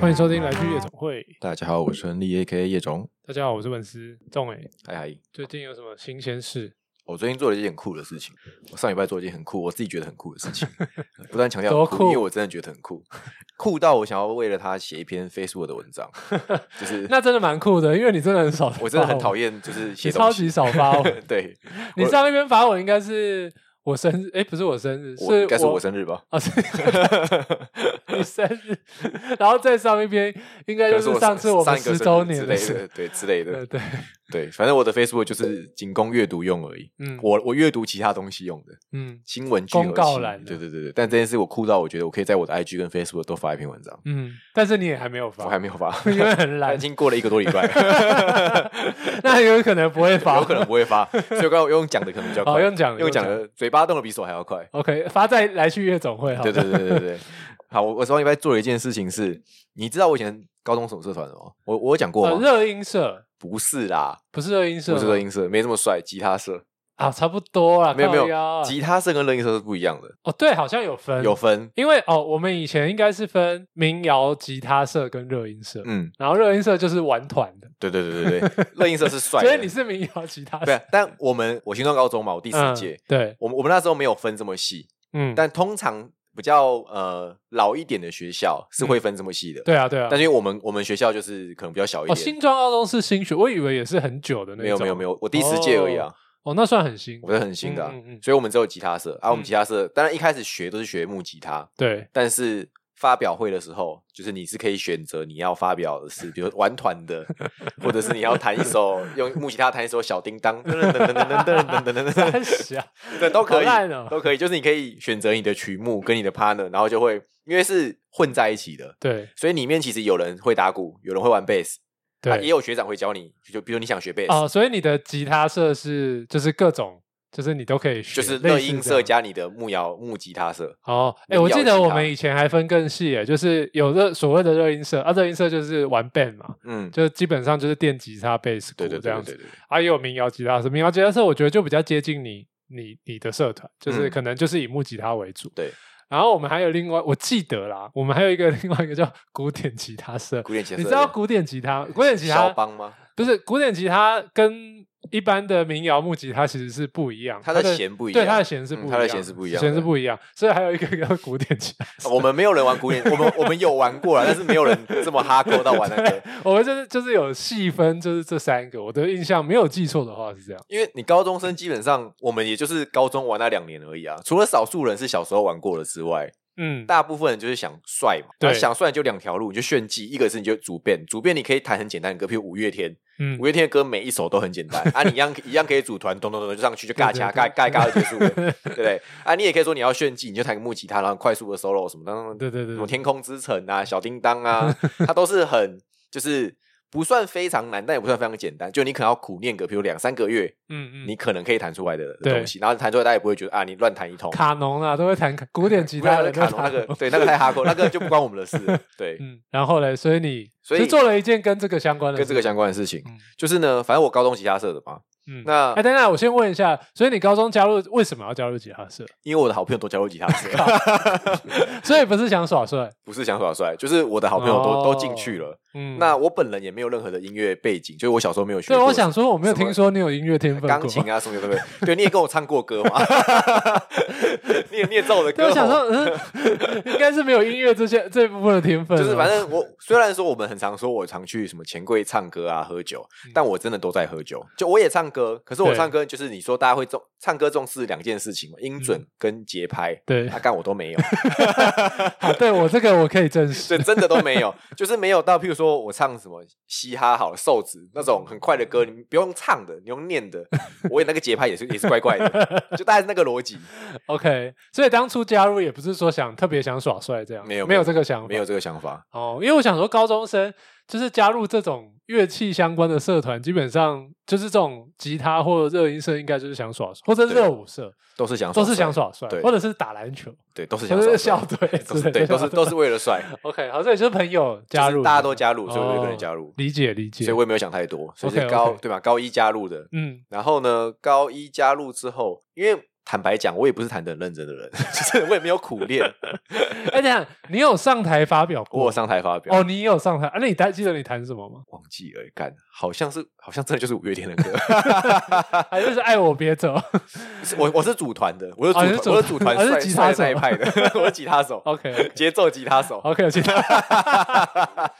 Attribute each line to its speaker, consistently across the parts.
Speaker 1: 欢迎收听《来去夜总会》。
Speaker 2: 大家好，我是亨利 A.K.A 叶总。
Speaker 1: 大家好，我是文思仲诶。
Speaker 2: 嗯嗨嗨，
Speaker 1: 最近有什么新鲜事？
Speaker 2: 我最近做了一件很酷的事情。我上礼拜做了一件很酷，我自己觉得很酷的事 情，不断强调
Speaker 1: 多
Speaker 2: 很
Speaker 1: 酷
Speaker 2: 因为我真的觉得很酷，酷到我想要为了它写一篇 Facebook 的文 章，就是
Speaker 1: 那真的蛮酷的，因为你真的很少。
Speaker 2: 我真的很讨
Speaker 1: 厌，
Speaker 2: 厌就是写
Speaker 1: 哦你超
Speaker 2: 东西。
Speaker 1: 级少发 文。
Speaker 2: 对，
Speaker 1: 你
Speaker 2: 我
Speaker 1: 上一篇发文应该是我生日，哎，不是我生日，
Speaker 2: 我应该是
Speaker 1: 我
Speaker 2: 我生日吧？
Speaker 1: 哦，是你生日，然后再上一篇应该就
Speaker 2: 可能
Speaker 1: 是
Speaker 2: 我
Speaker 1: 上次我
Speaker 2: 上
Speaker 1: 们
Speaker 2: 一个
Speaker 1: 十周
Speaker 2: 生日
Speaker 1: 年
Speaker 2: 之类
Speaker 1: 时候
Speaker 2: 的，对之类的
Speaker 1: 对，对，
Speaker 2: 对，反正我的 Facebook 就是仅供阅读用而已。
Speaker 1: 嗯
Speaker 2: 我我阅读其他东西用的
Speaker 1: 嗯
Speaker 2: 新闻聚合
Speaker 1: 公告
Speaker 2: 器
Speaker 1: 栏啊
Speaker 2: 对对对对。但这件事我酷到，我觉得我可以在我的 IG 跟 Facebook 都发一篇文章，
Speaker 1: 嗯，但是你也还没有发，
Speaker 2: 我还没有发。
Speaker 1: 因为很
Speaker 2: 但
Speaker 1: 懒
Speaker 2: 已，经过了一个多礼拜了，
Speaker 1: 那有可能不会发，
Speaker 2: 有可能不会发，所以我刚刚用讲的可能比较
Speaker 1: 好
Speaker 2: 快，
Speaker 1: 用讲的
Speaker 2: 用讲
Speaker 1: 用
Speaker 2: 的，嘴巴动的比手还要快。
Speaker 1: OK，发在来去夜总会好了，
Speaker 2: 对对对对对对，好，我我上礼拜做了一件事情是，你知道我以前高中什么社团的吗？我我有讲过
Speaker 1: 呃，
Speaker 2: 吗？
Speaker 1: 热音社
Speaker 2: 不是啦，
Speaker 1: 不是热音社
Speaker 2: 不
Speaker 1: 吗，
Speaker 2: 是热音社，没这么帅，吉他社
Speaker 1: 啊，差不多啦，
Speaker 2: 没有没
Speaker 1: 靠腰啊
Speaker 2: 有，吉他社跟热音社是不一样的，
Speaker 1: 哦，对，好像有分，
Speaker 2: 有，分。
Speaker 1: 因为哦，我们以前应该是分民谣吉他社跟热音社，
Speaker 2: 嗯，
Speaker 1: 然后热音社就是玩团的，
Speaker 2: 对对对 对对，热音社是帅的，
Speaker 1: 所以你是民谣吉他社，
Speaker 2: 对啊，但我们我新庄高中嘛，我第四
Speaker 1: 嗯
Speaker 2: 届，
Speaker 1: 对，
Speaker 2: 我们我们那时候没有分这么细，
Speaker 1: 嗯，
Speaker 2: 但通常比较呃老一点的学校是会分这么细的。
Speaker 1: 对啊，对啊，
Speaker 2: 但是因为我们我们学校就是可能比较小一
Speaker 1: 哦，
Speaker 2: 点，
Speaker 1: 新庄高中是新学，我以为也是很久的那
Speaker 2: 没有没有没
Speaker 1: 有，
Speaker 2: 有，我第十届而已啊，
Speaker 1: 哦，那算很新，
Speaker 2: 我是很新的啊
Speaker 1: 嗯嗯嗯，
Speaker 2: 所以我们只有吉他社啊。我们
Speaker 1: 嗯
Speaker 2: 吉他社当然一开始学都是学木吉他，
Speaker 1: 对，
Speaker 2: 但是发表会的时候，就是你是可以选择你要发表的是，比如玩团的，或者是你要弹一首用木吉他弹一首小叮当，噔噔噔噔噔噔噔噔噔
Speaker 1: 三十啊，
Speaker 2: 噔，对，都可以
Speaker 1: 好烂哦，
Speaker 2: 都可以，就是你可以选择你的曲目跟你的 partner，然后就会因为是混在一起的，
Speaker 1: 对
Speaker 2: 所以里面其实有人会打鼓，有人会玩贝斯。啊，也
Speaker 1: 对，
Speaker 2: 有学长会教你，就比如你想学贝斯，
Speaker 1: 哦，所以你的吉他社是就是各种。就是你都可以学，
Speaker 2: 就是
Speaker 1: 类
Speaker 2: 乐
Speaker 1: 似
Speaker 2: 音
Speaker 1: 这样
Speaker 2: 社加你的木摇木吉他社，
Speaker 1: 哦，哎、
Speaker 2: 民
Speaker 1: 我
Speaker 2: 谣
Speaker 1: 记得
Speaker 2: 吉
Speaker 1: 我
Speaker 2: 他
Speaker 1: 们以前还分更细，哎，就是有热所谓的热音社，啊，热音社就是玩 band 嘛，
Speaker 2: 嗯，
Speaker 1: 就基本上就是电吉他、贝斯、鼓
Speaker 2: 对对
Speaker 1: 这
Speaker 2: 对
Speaker 1: 样
Speaker 2: 对对
Speaker 1: 子，
Speaker 2: 对，
Speaker 1: 啊，也有民谣吉他社，民谣吉他社我觉得就比较接近你、你、你的社团，就是
Speaker 2: 嗯
Speaker 1: 可能就是以木吉他为主，
Speaker 2: 对。
Speaker 1: 然后我们还有另外，我记得啦，我们还有一个 另外一个叫古典吉他社，
Speaker 2: 古典吉他社，
Speaker 1: 你知道古典吉他、古典吉
Speaker 2: 肖
Speaker 1: 他
Speaker 2: 邦吗？
Speaker 1: 不是古典吉他跟一般的民谣木吉他其实是不一样，
Speaker 2: 它
Speaker 1: 它
Speaker 2: 的弦不一样，
Speaker 1: 对它的弦是不
Speaker 2: 嗯
Speaker 1: 一样，
Speaker 2: 它的弦是不一样的哦
Speaker 1: 弦是不一样，所以还有一个叫古典吉他社。
Speaker 2: 我们没有人玩古典，我们我们有玩过了，但是没有人这么哈扣到玩那个。
Speaker 1: 我们就是就是有细分，就是这三个，我的印象没有记错的话是这样。
Speaker 2: 因为你高中生基本上，我们也就是高中玩那两年而已啊。除了少数人是小时候玩过的之外，
Speaker 1: 嗯，
Speaker 2: 大部分人就是想帅嘛。
Speaker 1: 对
Speaker 2: 那想帅就两条路，你就炫技，一个是你就主变，主变你可以弹很简单的歌，譬如五月天，
Speaker 1: 嗯
Speaker 2: 五，月天的歌每一首都很简单啊，你一样一样可以组团，咚咚咚咚就上去就尬掐，
Speaker 1: 对对
Speaker 2: 尬尬尬就结束了， 对不对？啊，你也可以说你要炫技，你就弹个木吉他，然后快速的 solo 什么，当
Speaker 1: 对对
Speaker 2: 什
Speaker 1: 对
Speaker 2: 么
Speaker 1: 对，
Speaker 2: 天空之城啊、小叮当啊，它都是很就是不算非常难，但也不算非常简单，就你可能要苦练个，比如两三个月，
Speaker 1: 嗯嗯，
Speaker 2: 你可能可以弹出来的
Speaker 1: 对
Speaker 2: 东西，然后弹出来大家也不会觉得啊，你乱弹一通。
Speaker 1: 卡农啊都会弹卡古典吉
Speaker 2: 不然
Speaker 1: 他
Speaker 2: 那
Speaker 1: 的
Speaker 2: 卡农那个，
Speaker 1: 卡农
Speaker 2: 对，那个太哈扣，那个就不关我们的事了。对，
Speaker 1: 嗯，然后嘞，所以你
Speaker 2: 所以
Speaker 1: 就做了一件跟这个相关的事，
Speaker 2: 跟这个相关的事情
Speaker 1: 嗯，
Speaker 2: 就是呢，反正我高中吉他社的嘛，
Speaker 1: 嗯。
Speaker 2: 那
Speaker 1: 哎，等等，我先问一下，所以你高中加入为什么要加入吉他社？
Speaker 2: 因为我的好朋友都加入吉他 社，
Speaker 1: 所以不是想耍帅，
Speaker 2: 不是想耍帅，就是我的好朋友都、
Speaker 1: 哦
Speaker 2: 都进去了。
Speaker 1: 嗯，
Speaker 2: 那我本人也没有任何的音乐背景，就是我小时候没有学
Speaker 1: 对啊
Speaker 2: 过。
Speaker 1: 我想说，我没有
Speaker 2: 什么
Speaker 1: 听说你有音乐天分过，
Speaker 2: 钢琴啊什么的，对不对？对，你也跟我唱过歌嘛， 你也你也知道我的歌
Speaker 1: 对，
Speaker 2: 喉。
Speaker 1: 我想说，嗯，应该是没有音乐这些这部分的天分啊，
Speaker 2: 就是反正我虽然说我们很常说我常去什么钱柜唱歌啊喝酒，但我真的都在喝酒。就我也唱歌，可是我
Speaker 1: 嗯对
Speaker 2: 唱歌就是你说大家会重唱歌重视两件事情嘛，音准跟节拍。
Speaker 1: 嗯对
Speaker 2: 他干我都没有，
Speaker 1: 啊，对我这个我可以证实，
Speaker 2: 所以真的都没有， 就是没有到，譬如说我唱什么嘻哈好了、瘦子那种很快的歌，
Speaker 1: 嗯
Speaker 2: 你不用唱的，你用念的，我演那个节拍也是也是怪怪的，就大概是那个逻 辑，
Speaker 1: OK，所以当初加入也不是说想特别想耍帅这样，
Speaker 2: 没有
Speaker 1: 没有这个想法，
Speaker 2: 没有这个想法。
Speaker 1: 哦，因为我想说高中生就是加入这种乐器相关的社团，基本上就是这种吉他或热音社，应该就是想耍帅，或者是
Speaker 2: 对
Speaker 1: 热舞社
Speaker 2: 都是想
Speaker 1: 都是
Speaker 2: 帅
Speaker 1: 想，耍帅，
Speaker 2: 对
Speaker 1: 或者是打篮球，
Speaker 2: 对，都是想
Speaker 1: 或者是
Speaker 2: 耍帅
Speaker 1: 校队之
Speaker 2: 都是
Speaker 1: 类的，
Speaker 2: 对，都是都是为了帅，
Speaker 1: OK，好，所以就是朋友 加
Speaker 2: 就
Speaker 1: 入，
Speaker 2: 是大家都加入，所以我就
Speaker 1: 哦
Speaker 2: 跟人加入，
Speaker 1: 理解理解，
Speaker 2: 所以我也没有想太多，所以是
Speaker 1: OK，OK
Speaker 2: 高对吧？高一加入的，
Speaker 1: 嗯
Speaker 2: 然后呢，高一加入之后，因为坦白讲，我也不是弹的很认真的人， 就是我也没有苦 练。
Speaker 1: 哎，等一下你有上台发表
Speaker 2: 我
Speaker 1: 过？
Speaker 2: 有上台发表，
Speaker 1: 哦，你也有上台啊？那你还记得你弹什么吗？
Speaker 2: 忘记了，干，好像是好像真的就是五月天的歌。
Speaker 1: 还就是爱我别走
Speaker 2: 是我我是组团的，我是
Speaker 1: 哦你是
Speaker 2: 组团，我是
Speaker 1: 组
Speaker 2: 组
Speaker 1: 团
Speaker 2: 团
Speaker 1: 啊
Speaker 2: 帅
Speaker 1: 是吉他哦
Speaker 2: 帅的那一派的， 我是吉他手，
Speaker 1: ？OK OK
Speaker 2: 节奏吉他手。
Speaker 1: OK，我记得，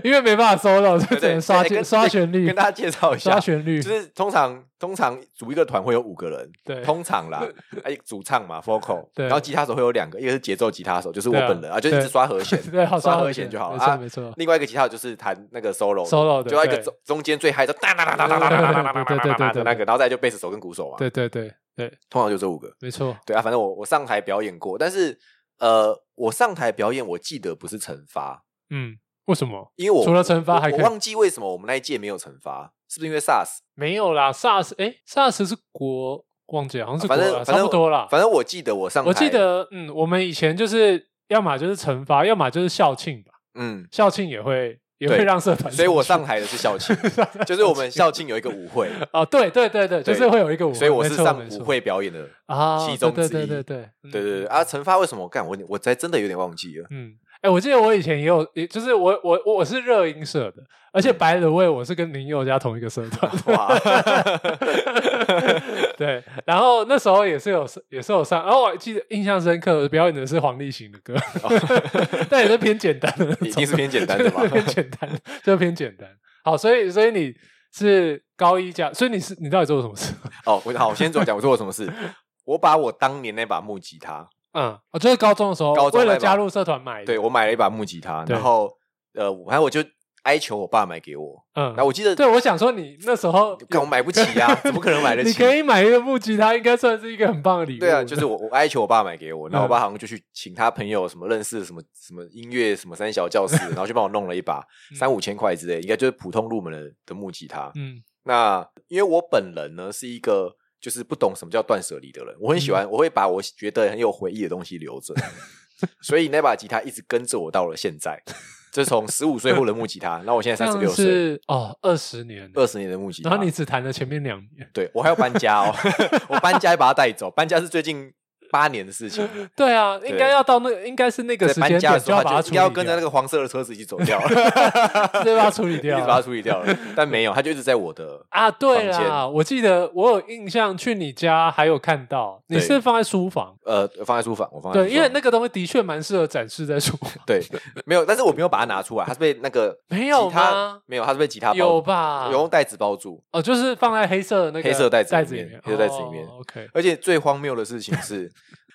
Speaker 1: 因为没办法 solo，就
Speaker 2: 对
Speaker 1: 只
Speaker 2: 对，
Speaker 1: 能刷
Speaker 2: 哎
Speaker 1: 旋
Speaker 2: 跟
Speaker 1: 刷
Speaker 2: 跟
Speaker 1: 旋律
Speaker 2: 跟，大家介绍一
Speaker 1: 刷
Speaker 2: 下，
Speaker 1: 旋律
Speaker 2: 就，是通常通常组一个团会有五个人，
Speaker 1: 对
Speaker 2: 通常啦，哎，主唱嘛，vocal，
Speaker 1: 对
Speaker 2: 然后吉他手会有两个，一个是节奏吉他手，就是我
Speaker 1: 对啊
Speaker 2: 本人啊，就是一
Speaker 1: 对，
Speaker 2: 直刷和弦
Speaker 1: 对，好
Speaker 2: 刷
Speaker 1: 和
Speaker 2: 和弦就好
Speaker 1: 没
Speaker 2: 了
Speaker 1: 错
Speaker 2: 啊。
Speaker 1: 没错
Speaker 2: 另外一个吉他手就是弹那个 solo，的
Speaker 1: ，solo 的，
Speaker 2: 就要一个
Speaker 1: 对
Speaker 2: 中中间最嗨的哒哒哒哒哒哒哒哒哒哒哒的那个，然后再就贝斯手跟鼓手嘛，
Speaker 1: 对对对对，
Speaker 2: 通常就这五个。
Speaker 1: 没错，
Speaker 2: 对啊，反正我我上台表演过，但是呃，我上台表演我记得不是惩罚，
Speaker 1: 嗯，为什么
Speaker 2: 因为我
Speaker 1: 除了惩罚
Speaker 2: 我
Speaker 1: 还可以
Speaker 2: 我忘记为什么我们那一届没有惩罚，是不是因为 SARS？
Speaker 1: 没有啦？SARS 哎，SARS 是国忘记了，好像是国
Speaker 2: 反正
Speaker 1: 啦，
Speaker 2: 反正
Speaker 1: 差不多啦。
Speaker 2: 反正我记得我上台，
Speaker 1: 啊我记得，嗯，我们以前就是要么就是惩罚，要么就是校庆吧，
Speaker 2: 嗯，
Speaker 1: 校庆也会也
Speaker 2: 对
Speaker 1: 会让社团出去，，
Speaker 2: 所以我上台的是校庆 就是我们校庆有一个舞会，
Speaker 1: 哦，对对对对，就是
Speaker 2: 对
Speaker 1: 会有 一个舞会，
Speaker 2: 所以我
Speaker 1: 没
Speaker 2: 是
Speaker 1: 错
Speaker 2: 上
Speaker 1: 没
Speaker 2: 舞
Speaker 1: 错
Speaker 2: 会表演的。
Speaker 1: 啊，
Speaker 2: 其中
Speaker 1: 对
Speaker 2: 之
Speaker 1: 对
Speaker 2: 一
Speaker 1: 对对对
Speaker 2: 对对对
Speaker 1: 嗯
Speaker 2: 啊，惩罚为什么干？我我才真的有点忘 记了。
Speaker 1: 嗯，哎、我记得我以前也有，也就是我我我我是热音社的，而
Speaker 2: 嗯
Speaker 1: 且白的位我是跟林宥嘉同一个社团。
Speaker 2: 哇，
Speaker 1: 对，然后那时候也是有也是有上，然后我还记得印象深刻表演的是黄立行的歌， 但也是偏简单的那种，
Speaker 2: 哦一定是偏简 单的吧
Speaker 1: 就是偏简单，就偏简单。好，所以所以你是高一加，所以你是你到底做了什么 事？
Speaker 2: 哦，我好，我先讲我做了什么事。我把我当年那把木吉他，
Speaker 1: 嗯，我就是高中的时候，
Speaker 2: 高中
Speaker 1: 为了
Speaker 2: 来吧
Speaker 1: 加入社团买的，
Speaker 2: 对我买了一把木吉他，
Speaker 1: 对
Speaker 2: 然后呃，我还有我就哀求我爸买给我，
Speaker 1: 嗯，
Speaker 2: 然后我记得，
Speaker 1: 对，我想说你那时候
Speaker 2: 干我买不起呀、怎么可能买得
Speaker 1: 你可
Speaker 2: 起？
Speaker 1: 以买一个木吉他，应该算是一个很棒的礼物。
Speaker 2: 对啊，就是我我哀求我爸买给我，然后我
Speaker 1: 嗯
Speaker 2: 爸好像就去请他朋友什么认识什么什么音乐什么三小教室，然后就帮我弄了一把
Speaker 1: 嗯
Speaker 2: 三五千块之类，应该就是普通入门的的木吉他。
Speaker 1: 嗯
Speaker 2: 那因为我本人呢是一个就是不懂什么叫断舍离的人，我很
Speaker 1: 嗯
Speaker 2: 喜欢，我会把我觉得很有回忆的东西 留着，所以那把吉他一直跟着我到了现在，这是从十五岁后的木吉他，然后我现在
Speaker 1: 这
Speaker 2: 三十
Speaker 1: 样
Speaker 2: 六岁，
Speaker 1: 是哦，二十年，
Speaker 2: 二十年的木吉他。
Speaker 1: 然后你只弹了前面两年。
Speaker 2: 对我还要搬家哦， 我搬家还把它带走，搬家是最近八年的事 情，
Speaker 1: 对啊，应该要到那，应该是那个
Speaker 2: 在
Speaker 1: 时间
Speaker 2: 搬家的
Speaker 1: 点
Speaker 2: 时
Speaker 1: 要
Speaker 2: 候
Speaker 1: 把它
Speaker 2: 他
Speaker 1: 处
Speaker 2: 就
Speaker 1: 理
Speaker 2: 应该要跟着那
Speaker 1: 掉，
Speaker 2: 个黄色的车子一起走掉了
Speaker 1: 啊对把它处理掉
Speaker 2: 一直把它处理掉了，但没有，他就一直在我的
Speaker 1: 啊，对
Speaker 2: 房
Speaker 1: 啦，
Speaker 2: 间
Speaker 1: 我记得我有印象，去你家还有看到，你
Speaker 2: 对
Speaker 1: 是放在书房，
Speaker 2: 呃放在书房，我放在
Speaker 1: 对，
Speaker 2: 书
Speaker 1: 因为
Speaker 2: 房
Speaker 1: 那个东西的确蛮适合展示在书房，
Speaker 2: 对，没有，但是我没有把它拿出来，它是被那个
Speaker 1: 没有
Speaker 2: 吉他
Speaker 1: 吗
Speaker 2: 没有，它是被吉他包
Speaker 1: 有吧
Speaker 2: 有？用袋子包住。
Speaker 1: 哦，就是放在黑色的那个
Speaker 2: 黑色袋子
Speaker 1: 袋
Speaker 2: 里
Speaker 1: 子
Speaker 2: 面
Speaker 1: 面，
Speaker 2: 黑色袋子里面
Speaker 1: 哦 OK，
Speaker 2: 而且最荒谬的事情 是，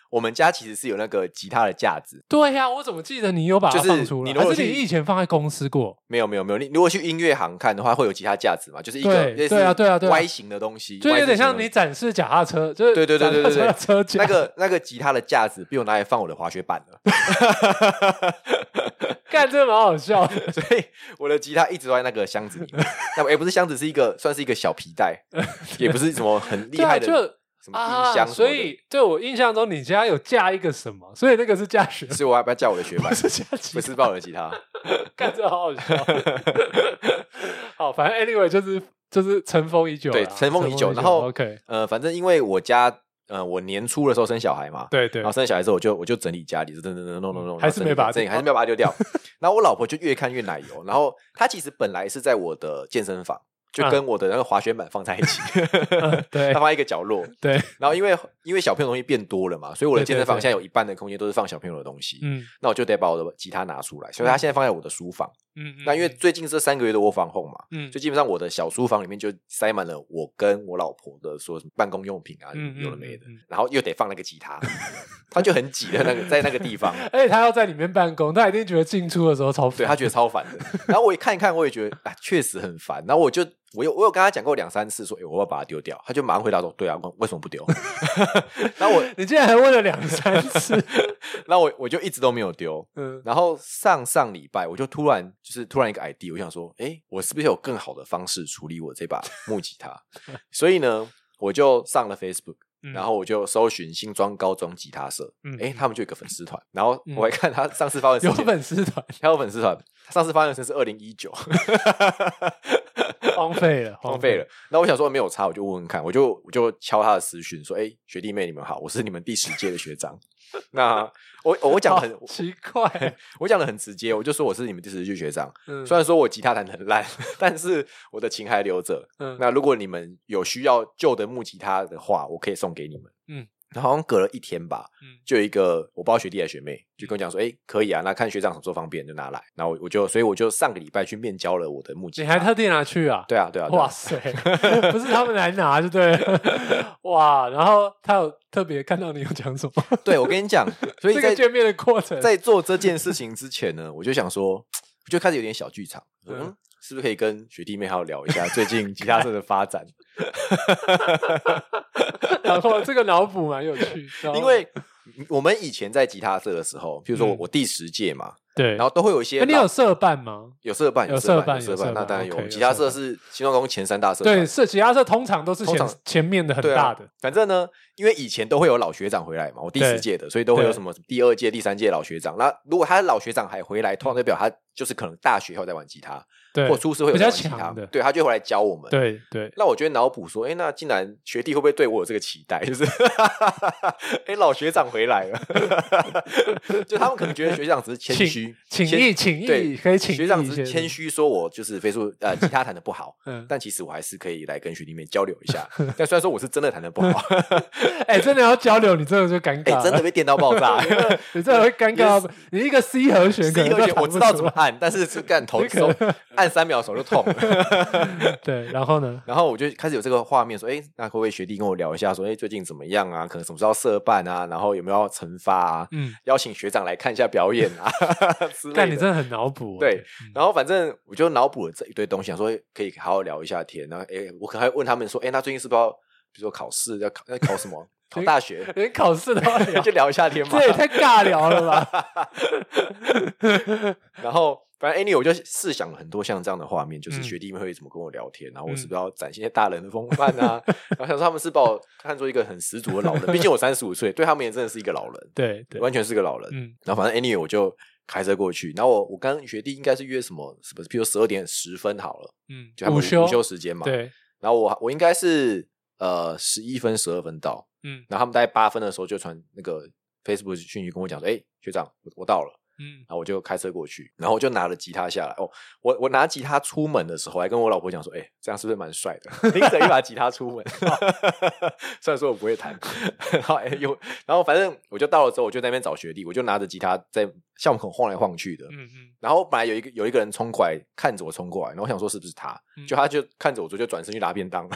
Speaker 2: 我们家其实是有那个吉他的架子，
Speaker 1: 对呀，我怎么记得你有把它
Speaker 2: 就是
Speaker 1: 放出来？
Speaker 2: 你如果
Speaker 1: 还是你
Speaker 2: 去
Speaker 1: 以前放在公司过？
Speaker 2: 没有没有没有，你如果去音乐行看的话，会有吉他架子嘛，就是一个
Speaker 1: 对
Speaker 2: 类似
Speaker 1: 对啊对啊对啊
Speaker 2: Y 型的东西，
Speaker 1: 就
Speaker 2: Y
Speaker 1: 有点
Speaker 2: 字形的
Speaker 1: 像
Speaker 2: 东
Speaker 1: 你
Speaker 2: 西
Speaker 1: 展示脚踏车，就是
Speaker 2: 对对对对对
Speaker 1: 脚踏车 的车架
Speaker 2: 那个那个吉他的架子被我拿来放我的滑雪板了，
Speaker 1: 干，真的蛮好笑的。
Speaker 2: 所以我的吉他一直都在那个箱子里 面，那也不是箱子，是一个算是一个小皮带，也不是什么很厉
Speaker 1: 对啊，
Speaker 2: 害的
Speaker 1: 就
Speaker 2: 什么音
Speaker 1: 啊，
Speaker 2: 箱什么的，
Speaker 1: 所以对我印象中你家有架一个什么，所以那个是架 学，
Speaker 2: 所以我要不要 叫我的雪板
Speaker 1: 不？是架吉
Speaker 2: 不是抱我的吉他，
Speaker 1: 干，真的好好笑。 好，反正 anyway 就是就是尘封已久啦，
Speaker 2: 对尘封已久然后
Speaker 1: OK，
Speaker 2: 呃，反正因为我家，呃，我年初的时候生小孩嘛，
Speaker 1: 对对嗯
Speaker 2: 然后生小孩之后，我就我就整理家里，就等等等等等等，
Speaker 1: 还是没把哦它
Speaker 2: 整理，还是没有把它丢 掉。然后我老婆就越看越奶油，然后她其实本来是在我的健身房，就跟我的那个滑雪板放在一起，
Speaker 1: 嗯 对
Speaker 2: 她放在一个角落。
Speaker 1: 对，
Speaker 2: 然后因为因为小朋友东西变多了嘛，所以我
Speaker 1: 对
Speaker 2: 的
Speaker 1: 对
Speaker 2: 健身房
Speaker 1: 对
Speaker 2: 现在有一半的空间都是放小朋友的东西。
Speaker 1: 嗯
Speaker 2: 那我就得把我的吉他拿出来，所以她现在放在我的书房。
Speaker 1: 嗯，嗯
Speaker 2: 那因为最近这三个月的 work from home 嘛，
Speaker 1: 嗯
Speaker 2: 就基本上我的小书房里面就塞满了我跟我老婆的说什么办公用品啊，
Speaker 1: 嗯嗯
Speaker 2: 有的没的
Speaker 1: 嗯嗯，
Speaker 2: 然后又得放那个吉他， 他就很挤的那个在那个地方，
Speaker 1: 而且他要在里面办公，他一定觉得进出的时候超
Speaker 2: 对他觉得超烦的。然后我一看一看，我也觉得啊，确实很烦。然后我就我有我有跟他讲过两三次说，哎、我要把它丢掉，他就马上回答说，对啊，为什么不丢？ 然后我
Speaker 1: 你竟然还问了两三 次，
Speaker 2: 然后我我就一直都没有丢。
Speaker 1: 嗯，
Speaker 2: 然后上上礼拜，我就突然就是突然一个 ID，e a 我想说，哎，我是不是有更好的方式处理我这把木吉他？ 所以呢，我就上了 Facebook，
Speaker 1: 嗯
Speaker 2: 然后我就搜寻新庄高中吉他社
Speaker 1: 嗯，
Speaker 2: 哎、
Speaker 1: 嗯
Speaker 2: 他们就有一个粉丝团，然后
Speaker 1: 嗯
Speaker 2: 我还看他上次发文
Speaker 1: 有
Speaker 2: 时间，
Speaker 1: 粉丝团，哦
Speaker 2: 他有粉丝团，他上次发文时间是二零一九，
Speaker 1: 荒废了，
Speaker 2: 荒废了。。那我想说没有差，我就问问看，我就我就敲他的私讯说：“哎、学弟妹你们好，我是你们第十届的学长。 那我我讲得很
Speaker 1: 好奇 怪，
Speaker 2: 我讲的很直接，我就说我是你们第十届学长。
Speaker 1: 嗯
Speaker 2: 虽然说我吉他弹的很烂， 但是我的琴还留着。
Speaker 1: 嗯
Speaker 2: 那如果你们有需要旧的木吉他的话，我可以送给你们。
Speaker 1: 嗯，
Speaker 2: 然后好像隔了一天吧，
Speaker 1: 嗯
Speaker 2: 就有一个我不知道学弟还是学妹，就跟我讲说：“哎、可以啊，那看学长什么时候方便就拿来。”然后我我就所以我就上个礼拜去面交了我的木吉
Speaker 1: 你
Speaker 2: 他。
Speaker 1: 还特地拿去啊？
Speaker 2: 对啊对啊，对啊
Speaker 1: 哇塞， 不是他们来拿就对 了，哇！然后他有特别看到你有讲什么，
Speaker 2: 对，我跟你 讲，所以
Speaker 1: 这
Speaker 2: 在
Speaker 1: 个见面的过程，
Speaker 2: 在做这件事情之前呢，我就想说，我就开始有点小剧场，
Speaker 1: 嗯
Speaker 2: 嗯，是不是可以跟学弟妹好好聊一下最近吉他社的发展？
Speaker 1: 然后这个脑补蛮有趣，然后
Speaker 2: 因为我们以前在吉他社的时候，譬如说我
Speaker 1: 嗯
Speaker 2: 我第十届嘛，
Speaker 1: 对，
Speaker 2: 然后都会有一些
Speaker 1: 哎你
Speaker 2: 老
Speaker 1: 有社办吗？
Speaker 2: 有社办
Speaker 1: 有
Speaker 2: 社
Speaker 1: 社办
Speaker 2: 办
Speaker 1: 有
Speaker 2: 社
Speaker 1: 社
Speaker 2: 办，那
Speaker 1: 办
Speaker 2: 当然有。
Speaker 1: ，OK，
Speaker 2: 吉他社
Speaker 1: 有社
Speaker 2: 是新庄工前三大社
Speaker 1: 对，
Speaker 2: 团，
Speaker 1: 社其他社通常都是
Speaker 2: 通
Speaker 1: 前
Speaker 2: 常
Speaker 1: 前面的很
Speaker 2: 对啊
Speaker 1: 大的，
Speaker 2: 反正呢，因为以前都会有老学长回来嘛，我第
Speaker 1: 对
Speaker 2: 十届的，所以都会有
Speaker 1: 对
Speaker 2: 什么第二届、第三届老学长。那如果他的老学长还回来，通常代表他就是可能大学后在玩吉他，
Speaker 1: 对
Speaker 2: 或出社会有在玩吉
Speaker 1: 比较
Speaker 2: 他
Speaker 1: 强的，
Speaker 2: 对，他就会来教我们。
Speaker 1: 对对，
Speaker 2: 那我就会脑补说，哎、那竟然学弟会不会对我有这个期待？就是，哎、老学长回来了， 就他们可能觉得学长只是谦虚，
Speaker 1: 请
Speaker 2: 谦
Speaker 1: 意，请意，
Speaker 2: 对
Speaker 1: 可以请
Speaker 2: 学
Speaker 1: 意
Speaker 2: 长
Speaker 1: 一
Speaker 2: 只
Speaker 1: 些
Speaker 2: 是谦，虚说我就是飞速呃吉他弹的不好，
Speaker 1: 嗯，
Speaker 2: 但其实我还是可以来跟学弟妹交流 一下。但虽然说我是真的弹的不好，
Speaker 1: 哎，真的要交流，你真的就尴
Speaker 2: 哎、
Speaker 1: 尬，
Speaker 2: 真的，被电到爆炸。
Speaker 1: 你真的会尴尬到，你一个 C 和弦啊可
Speaker 2: C
Speaker 1: 能
Speaker 2: 和
Speaker 1: 都
Speaker 2: 弦
Speaker 1: 弹
Speaker 2: 我
Speaker 1: 不
Speaker 2: 知道
Speaker 1: 出
Speaker 2: 怎么
Speaker 1: 来
Speaker 2: 按，但是就干头
Speaker 1: 你可
Speaker 2: 手按三秒手就痛了。
Speaker 1: 对，然后呢？
Speaker 2: 然后我就开始有这个画面，说，哎，那可不可以学弟跟我聊一下，说，哎，最近怎么样啊？可能什么时候要社办啊？然后有没有要惩罚啊？
Speaker 1: 嗯，
Speaker 2: 邀请学长来看一下表演啊 之类
Speaker 1: 但
Speaker 2: 的。
Speaker 1: 你真的很脑补，，
Speaker 2: 对，然后反正我就脑补了这一堆东西，想说诶可以好好聊一下天。然后，哎，我可能还问他们说，哎，那最近是不是要，比如说考试要考要考什么？考大学
Speaker 1: 连考试都要 聊，
Speaker 2: 就聊一下天嘛
Speaker 1: 这。也太尬聊了 吧？
Speaker 2: 然后反正 anyway，我就试想了很多像这样的画面，就是
Speaker 1: 嗯
Speaker 2: 学弟妹会怎么跟我聊天，然后
Speaker 1: 嗯
Speaker 2: 我是不是要展现一些大人的风范 啊？然后想说他们是把我看作一个很十足的老人，毕竟我三十五岁，对他们也真的是一个老人，
Speaker 1: 对对，
Speaker 2: 完全是个老人。
Speaker 1: 嗯
Speaker 2: 然后反正 anyway，我就开车过去，然后我我跟学弟应该是约什么什么，比如十二点十分好了，
Speaker 1: 嗯
Speaker 2: 就他，们
Speaker 1: 午
Speaker 2: 午
Speaker 1: 休
Speaker 2: 休时间嘛。。
Speaker 1: 对，
Speaker 2: 然后我我应该是呃十一分十二分到，
Speaker 1: 嗯
Speaker 2: 然后他们大概八分的时候就传那个 Facebook 讯息跟我讲说，哎、学长，我我到了。
Speaker 1: 嗯，
Speaker 2: 然后我就开车过去，然后我就拿了吉他下来。哦，我我拿吉他出门的时候，还跟我老婆讲说：“哎、这样是不是蛮帅的？拎着一把吉他出门。” 虽然说我不会弹， 然后哎又，然后反正我就到了之后，我就在那边找学弟，我就拿着吉他在校门口晃来晃去的。
Speaker 1: 嗯嗯，
Speaker 2: 然后本来有一个有一个人冲过来看着我冲过来，然后我想说是不是他
Speaker 1: 嗯，
Speaker 2: 就他就看着我，就转身去拿 便当。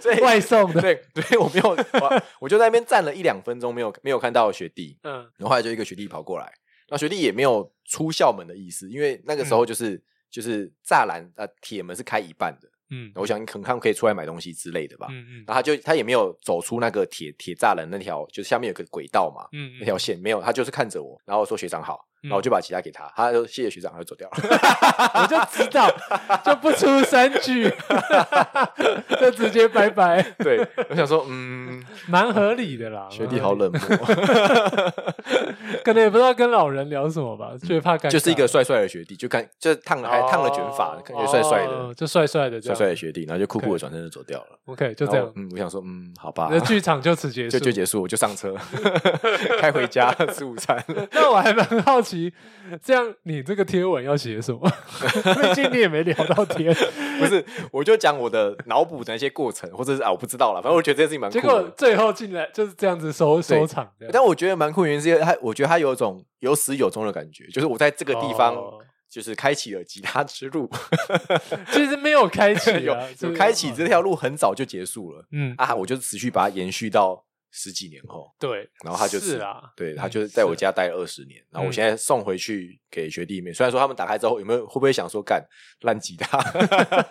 Speaker 2: 所以
Speaker 1: 外送 的，
Speaker 2: 对对，我没有，我我就在那边站了一两分钟，没有没有看到学弟。
Speaker 1: 嗯
Speaker 2: 然后后来就一个学弟跑过来，那学弟也没有出校门的意思，因为那个时
Speaker 1: 嗯
Speaker 2: 候就是、就是栅栏呃铁门是开一半的，
Speaker 1: 嗯
Speaker 2: 我想可能他们可以出来买东西之类的吧。啊
Speaker 1: 嗯嗯
Speaker 2: 然后他就他也没有走出那个铁铁栅栏那条，就是下面有个轨道嘛，
Speaker 1: 嗯，
Speaker 2: 那条线没有，他就是看着我，然后说学长好，
Speaker 1: 嗯
Speaker 2: 然后哎我就把吉他给他，他就谢谢学长，他就走掉了。
Speaker 1: 啊我就知道，就不出三句， 就直接拜拜，
Speaker 2: 对，我想说嗯，
Speaker 1: 蛮合理的啦。
Speaker 2: 学弟
Speaker 1: 蛮
Speaker 2: 好
Speaker 1: 合理，
Speaker 2: 冷漠，
Speaker 1: 可能也不知道跟老人聊什么吧，就怕尴尬。
Speaker 2: 就是一个帅帅的学弟，就看就是烫了还烫了卷发，
Speaker 1: 哦
Speaker 2: 感觉帅帅的
Speaker 1: 哦。就帅帅的这
Speaker 2: 帅
Speaker 1: 样，
Speaker 2: 帅的学弟，然后就酷酷的转身就走掉了。
Speaker 1: OK，就
Speaker 2: 然
Speaker 1: 这
Speaker 2: 后
Speaker 1: 样。
Speaker 2: 嗯，我想说，嗯，好吧，
Speaker 1: 那剧场就此结束，
Speaker 2: 就就结束，我就上车 开回 家吃午餐。
Speaker 1: 那我还蛮好奇，这样你这个贴文要写什么？ 毕竟你也没聊到天，
Speaker 2: 不是，我就讲我的脑补的那些过程，或者是啊，我不知道了，反正我觉得这件事情蛮酷
Speaker 1: 结果
Speaker 2: 的。
Speaker 1: 最后进来就是这样子收收场这样。
Speaker 2: 但我觉得蛮酷的原因是因为它，我觉得它有一种有始有终的感觉，就是我在这个地方
Speaker 1: 哦
Speaker 2: 就是开启了吉他之路，
Speaker 1: 其实没有开启
Speaker 2: 有
Speaker 1: 啊，
Speaker 2: 有
Speaker 1: 就
Speaker 2: 开启这条路很早就结束了
Speaker 1: 嗯，
Speaker 2: 啊，我就持续把它延续到十几年后。
Speaker 1: 对。
Speaker 2: 啊然后他就是
Speaker 1: 啦，
Speaker 2: 对他
Speaker 1: 嗯
Speaker 2: 就是在我
Speaker 1: 是
Speaker 2: 家待了二十年，然后
Speaker 1: 嗯
Speaker 2: 我现在送回去给学弟妹。虽然说他们打开之后有没有会不会想说干烂吉他，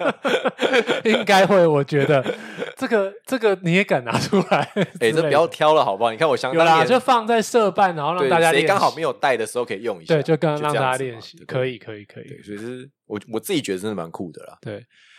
Speaker 1: 应该会，我觉得这个这个你也敢拿出来？
Speaker 2: 哎、
Speaker 1: 之
Speaker 2: 这
Speaker 1: 类
Speaker 2: 不要
Speaker 1: 的
Speaker 2: 挑了，好不好？你看我想
Speaker 1: 有
Speaker 2: 当
Speaker 1: 啦，
Speaker 2: 年
Speaker 1: 就放在社办，然后让
Speaker 2: 对
Speaker 1: 大家
Speaker 2: 谁
Speaker 1: 练习
Speaker 2: 刚好没有带的时候可以用一下，
Speaker 1: 对，就刚刚让
Speaker 2: 这样
Speaker 1: 大家
Speaker 2: 子嘛
Speaker 1: 练习，
Speaker 2: 对
Speaker 1: 可以可以可以。
Speaker 2: 对，所以是我我自己觉得真的蛮酷的啦。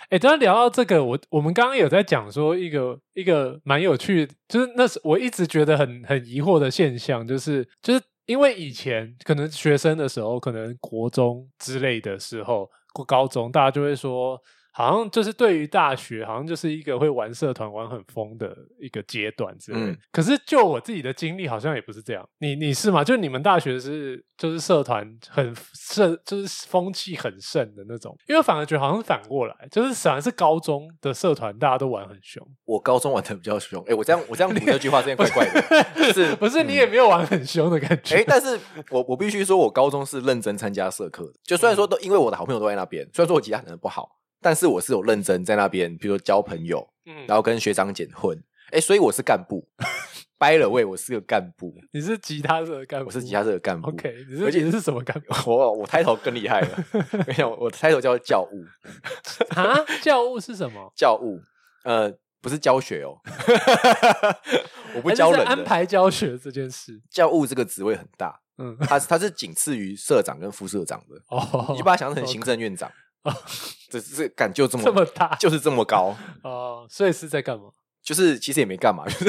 Speaker 1: 哎，刚刚聊到这个，我我们刚刚有在讲说一个一个蛮有趣，就是那是我一直觉得很很疑惑的现象，就是就是因为以前可能学生的时候，可能国中之类的时候或高中，大家就会说好像就是对于大学，好像就是一个会玩社团玩很疯的一个阶段之类的
Speaker 2: 嗯
Speaker 1: 可是就我自己的经历，好像也不是这样。你你是吗？就你们大学是就是社团很盛，就是风气很盛的那种。因为我反而觉得好像是反过来，就是反而是高中的社团大家都玩很凶，
Speaker 2: 我高中玩的比较凶，哎、我这样我这样补这句话，真的怪 怪的，是嗯
Speaker 1: 不是？你也没有玩很凶的感觉。
Speaker 2: 哎、但是我我必须说，我高中是认真参加社课的。就虽然说
Speaker 1: 嗯
Speaker 2: 都因为我的好朋友都在那边，虽然说我吉他可能不好，但是我是有认真在那边，比如说交朋友，
Speaker 1: 嗯
Speaker 2: 然后跟学长姐混。哎、所以我是干部，by the way，我是个干部，
Speaker 1: 你是吉他社的干部，
Speaker 2: 我是吉他社的干部。
Speaker 1: OK，你是
Speaker 2: 而且
Speaker 1: 你是什么干 部
Speaker 2: 我我抬头更厉害了， 没有，我抬头叫教务，
Speaker 1: 啊？教务是什么？
Speaker 2: 教务，呃，不是教学哦， 我不
Speaker 1: 还是
Speaker 2: 教
Speaker 1: 哎是
Speaker 2: 人
Speaker 1: 安
Speaker 2: 的。
Speaker 1: 排教学这件事。
Speaker 2: 教务这个职位很大，
Speaker 1: 嗯，
Speaker 2: 它它是仅次于社长跟副社长的。
Speaker 1: 哦，
Speaker 2: 你就把它想成行政院长
Speaker 1: 哦，
Speaker 2: 这这感就这么
Speaker 1: 这么大
Speaker 2: 就是这么高，
Speaker 1: 哦，所以是在干嘛？
Speaker 2: 就是其实也没干嘛， 就是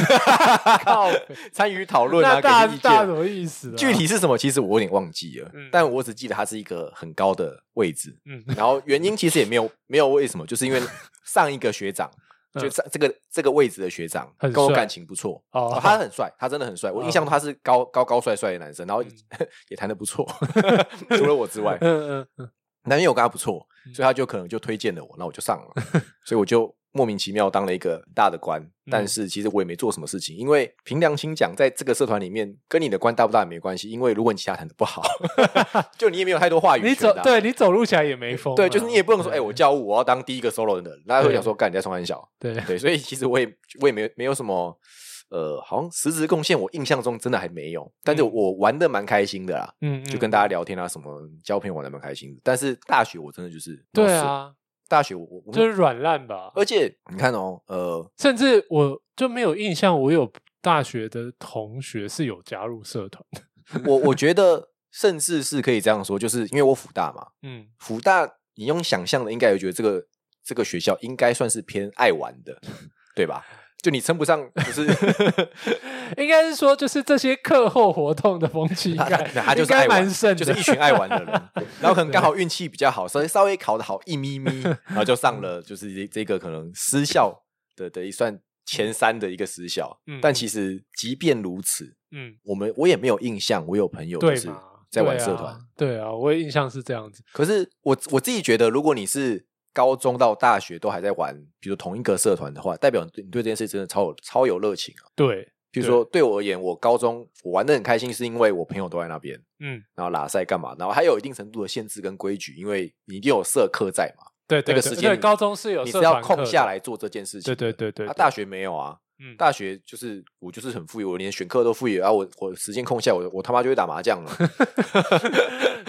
Speaker 1: 靠北
Speaker 2: 参与讨论
Speaker 1: 那
Speaker 2: 啊，给
Speaker 1: 大
Speaker 2: 意
Speaker 1: 大
Speaker 2: 见
Speaker 1: 什。么意思啊？
Speaker 2: 具体是什么，其实我有点忘记了，
Speaker 1: 嗯
Speaker 2: 但我只记得它是一个很高的位置。
Speaker 1: 嗯
Speaker 2: 然后原因其实也没有 没有为什么，就是因为上一个学长。
Speaker 1: 嗯
Speaker 2: 就上这个这个位置的学长
Speaker 1: 很
Speaker 2: 跟我
Speaker 1: 帅
Speaker 2: 感情不错，
Speaker 1: 哦嗯
Speaker 2: 他很帅，他真的很帅。我印象中他是高高高帅帅的男生，然后 也弹的不错， 除了我之 外，
Speaker 1: 嗯嗯嗯，
Speaker 2: 男友跟他不错，
Speaker 1: 嗯
Speaker 2: 所以他就可能就推荐了我，那我就上了， 所以我就莫名其妙当了一个大的官，
Speaker 1: 嗯
Speaker 2: 但是其实我也没做什么事情，因为凭良心讲，在这个社团里面，跟你的官大不大也没关系，因为如果你其他弹的 不好，就你也没有太多话语
Speaker 1: 你
Speaker 2: 权
Speaker 1: 走
Speaker 2: 啊、
Speaker 1: 对你走路起来也没风啊，
Speaker 2: 对，就是你也不能说，哎、
Speaker 1: 对
Speaker 2: 我教务我要当第一个 solo 的人，大家会想说，干你在冲很小，
Speaker 1: 对
Speaker 2: 对，所以其实我也我也没有没有什么。呃，好像实质贡献，我印象中真的还没有，但是
Speaker 1: 嗯
Speaker 2: 我玩的蛮开心的啦，
Speaker 1: 嗯，
Speaker 2: 就跟
Speaker 1: 大
Speaker 2: 大家聊天啊，什么交朋友玩的蛮开心的。但是大学我真的就是
Speaker 1: 对，啊，
Speaker 2: 大学我我我
Speaker 1: 就是软烂吧。
Speaker 2: 而且你看哦，呃，
Speaker 1: 甚至我就没有印象，我有大学的同学是有加入社团的。
Speaker 2: 我我觉得甚至是可以这样说，就是因为我辅大嘛，
Speaker 1: 嗯，
Speaker 2: 辅大你用想象的应该也觉得这个这个学校应该算是偏爱玩的，对吧？就你称不上，不是
Speaker 1: 应该是说，就是这些课后活动的风 气应
Speaker 2: 他
Speaker 1: 该
Speaker 2: 他他就
Speaker 1: 应
Speaker 2: 是
Speaker 1: 该
Speaker 2: 爱玩
Speaker 1: 蛮盛，
Speaker 2: 就
Speaker 1: 的，
Speaker 2: 是一群爱玩的人， 然后可能刚好运气比较好，稍微稍微考得好一 咪咪，然后就上了就是这这个可能私校的的一算前三的一个私校
Speaker 1: 嗯，
Speaker 2: 但其实即便如此，
Speaker 1: 嗯，
Speaker 2: 我们我也没有印象，我有朋友就
Speaker 1: 对
Speaker 2: 是
Speaker 1: 嘛，
Speaker 2: 在玩
Speaker 1: 对啊
Speaker 2: 社团。
Speaker 1: 对啊，我印象是这样子。
Speaker 2: 可是我我自己觉得，如果你是高中到大学都还在玩，比如同一个社团的话，代表你对你对这件事真的超有超有热情啊。
Speaker 1: 对，
Speaker 2: 比如说对我而言，我高中我玩的很开心，是因为我朋友都在那边，
Speaker 1: 嗯，
Speaker 2: 然后拉赛干嘛，然后还有一定程度的限制跟规矩，因为你一定有社课在嘛，
Speaker 1: 对
Speaker 2: 那
Speaker 1: 对
Speaker 2: 个
Speaker 1: 对，
Speaker 2: 时间
Speaker 1: 对
Speaker 2: 你
Speaker 1: 高中是有
Speaker 2: 你
Speaker 1: 社
Speaker 2: 是要
Speaker 1: 团课
Speaker 2: 空
Speaker 1: 的
Speaker 2: 下来，做这件事
Speaker 1: 对
Speaker 2: 情的。
Speaker 1: 对对对，
Speaker 2: 啊，
Speaker 1: 对
Speaker 2: 大学没有啊，
Speaker 1: 嗯
Speaker 2: 大学就是我就是很富裕，我连选课都富裕，然、啊、后我我时间空下来，我我他妈就会打麻 将了。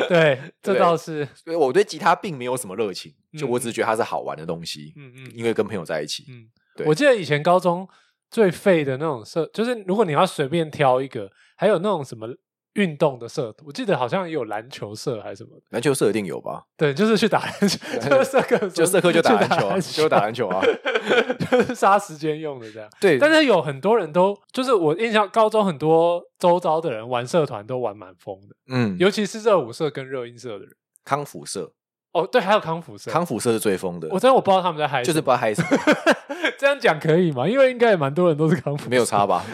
Speaker 1: 对，这
Speaker 2: 对
Speaker 1: 倒是，
Speaker 2: 所以我对吉他并没有什么热情，就我
Speaker 1: 嗯
Speaker 2: 只是觉得它是好玩的东西，
Speaker 1: 嗯
Speaker 2: 因
Speaker 1: 嗯
Speaker 2: 为跟朋友在一起。
Speaker 1: 嗯，
Speaker 2: 对
Speaker 1: 我记得以前高中最废的那种社，就是如果你要随便挑一个，还有那种什么运动的社，我记得好像也有篮球社还是什么的，
Speaker 2: 篮球社一定有吧？
Speaker 1: 对，就是去打篮 球，就是社课的时候
Speaker 2: 就社课就打篮球啊，
Speaker 1: 去
Speaker 2: 就打篮球啊。
Speaker 1: 就是杀时间用的这样。
Speaker 2: 对，
Speaker 1: 但是有很多人都，就是我印象高中很多周遭的人玩社团都玩蛮疯的，
Speaker 2: 嗯，有
Speaker 1: 尤其是热舞社跟热音社的人。
Speaker 2: 康复社，
Speaker 1: 哦，对，还有康复社。
Speaker 2: 康复社是最疯的
Speaker 1: 我，真的我不知道他们在嗨什
Speaker 2: 就
Speaker 1: 么，
Speaker 2: 是不知道嗨什么，
Speaker 1: 这样讲可以吗？因为应该也蛮多人都是 康复，
Speaker 2: 没有。差吧？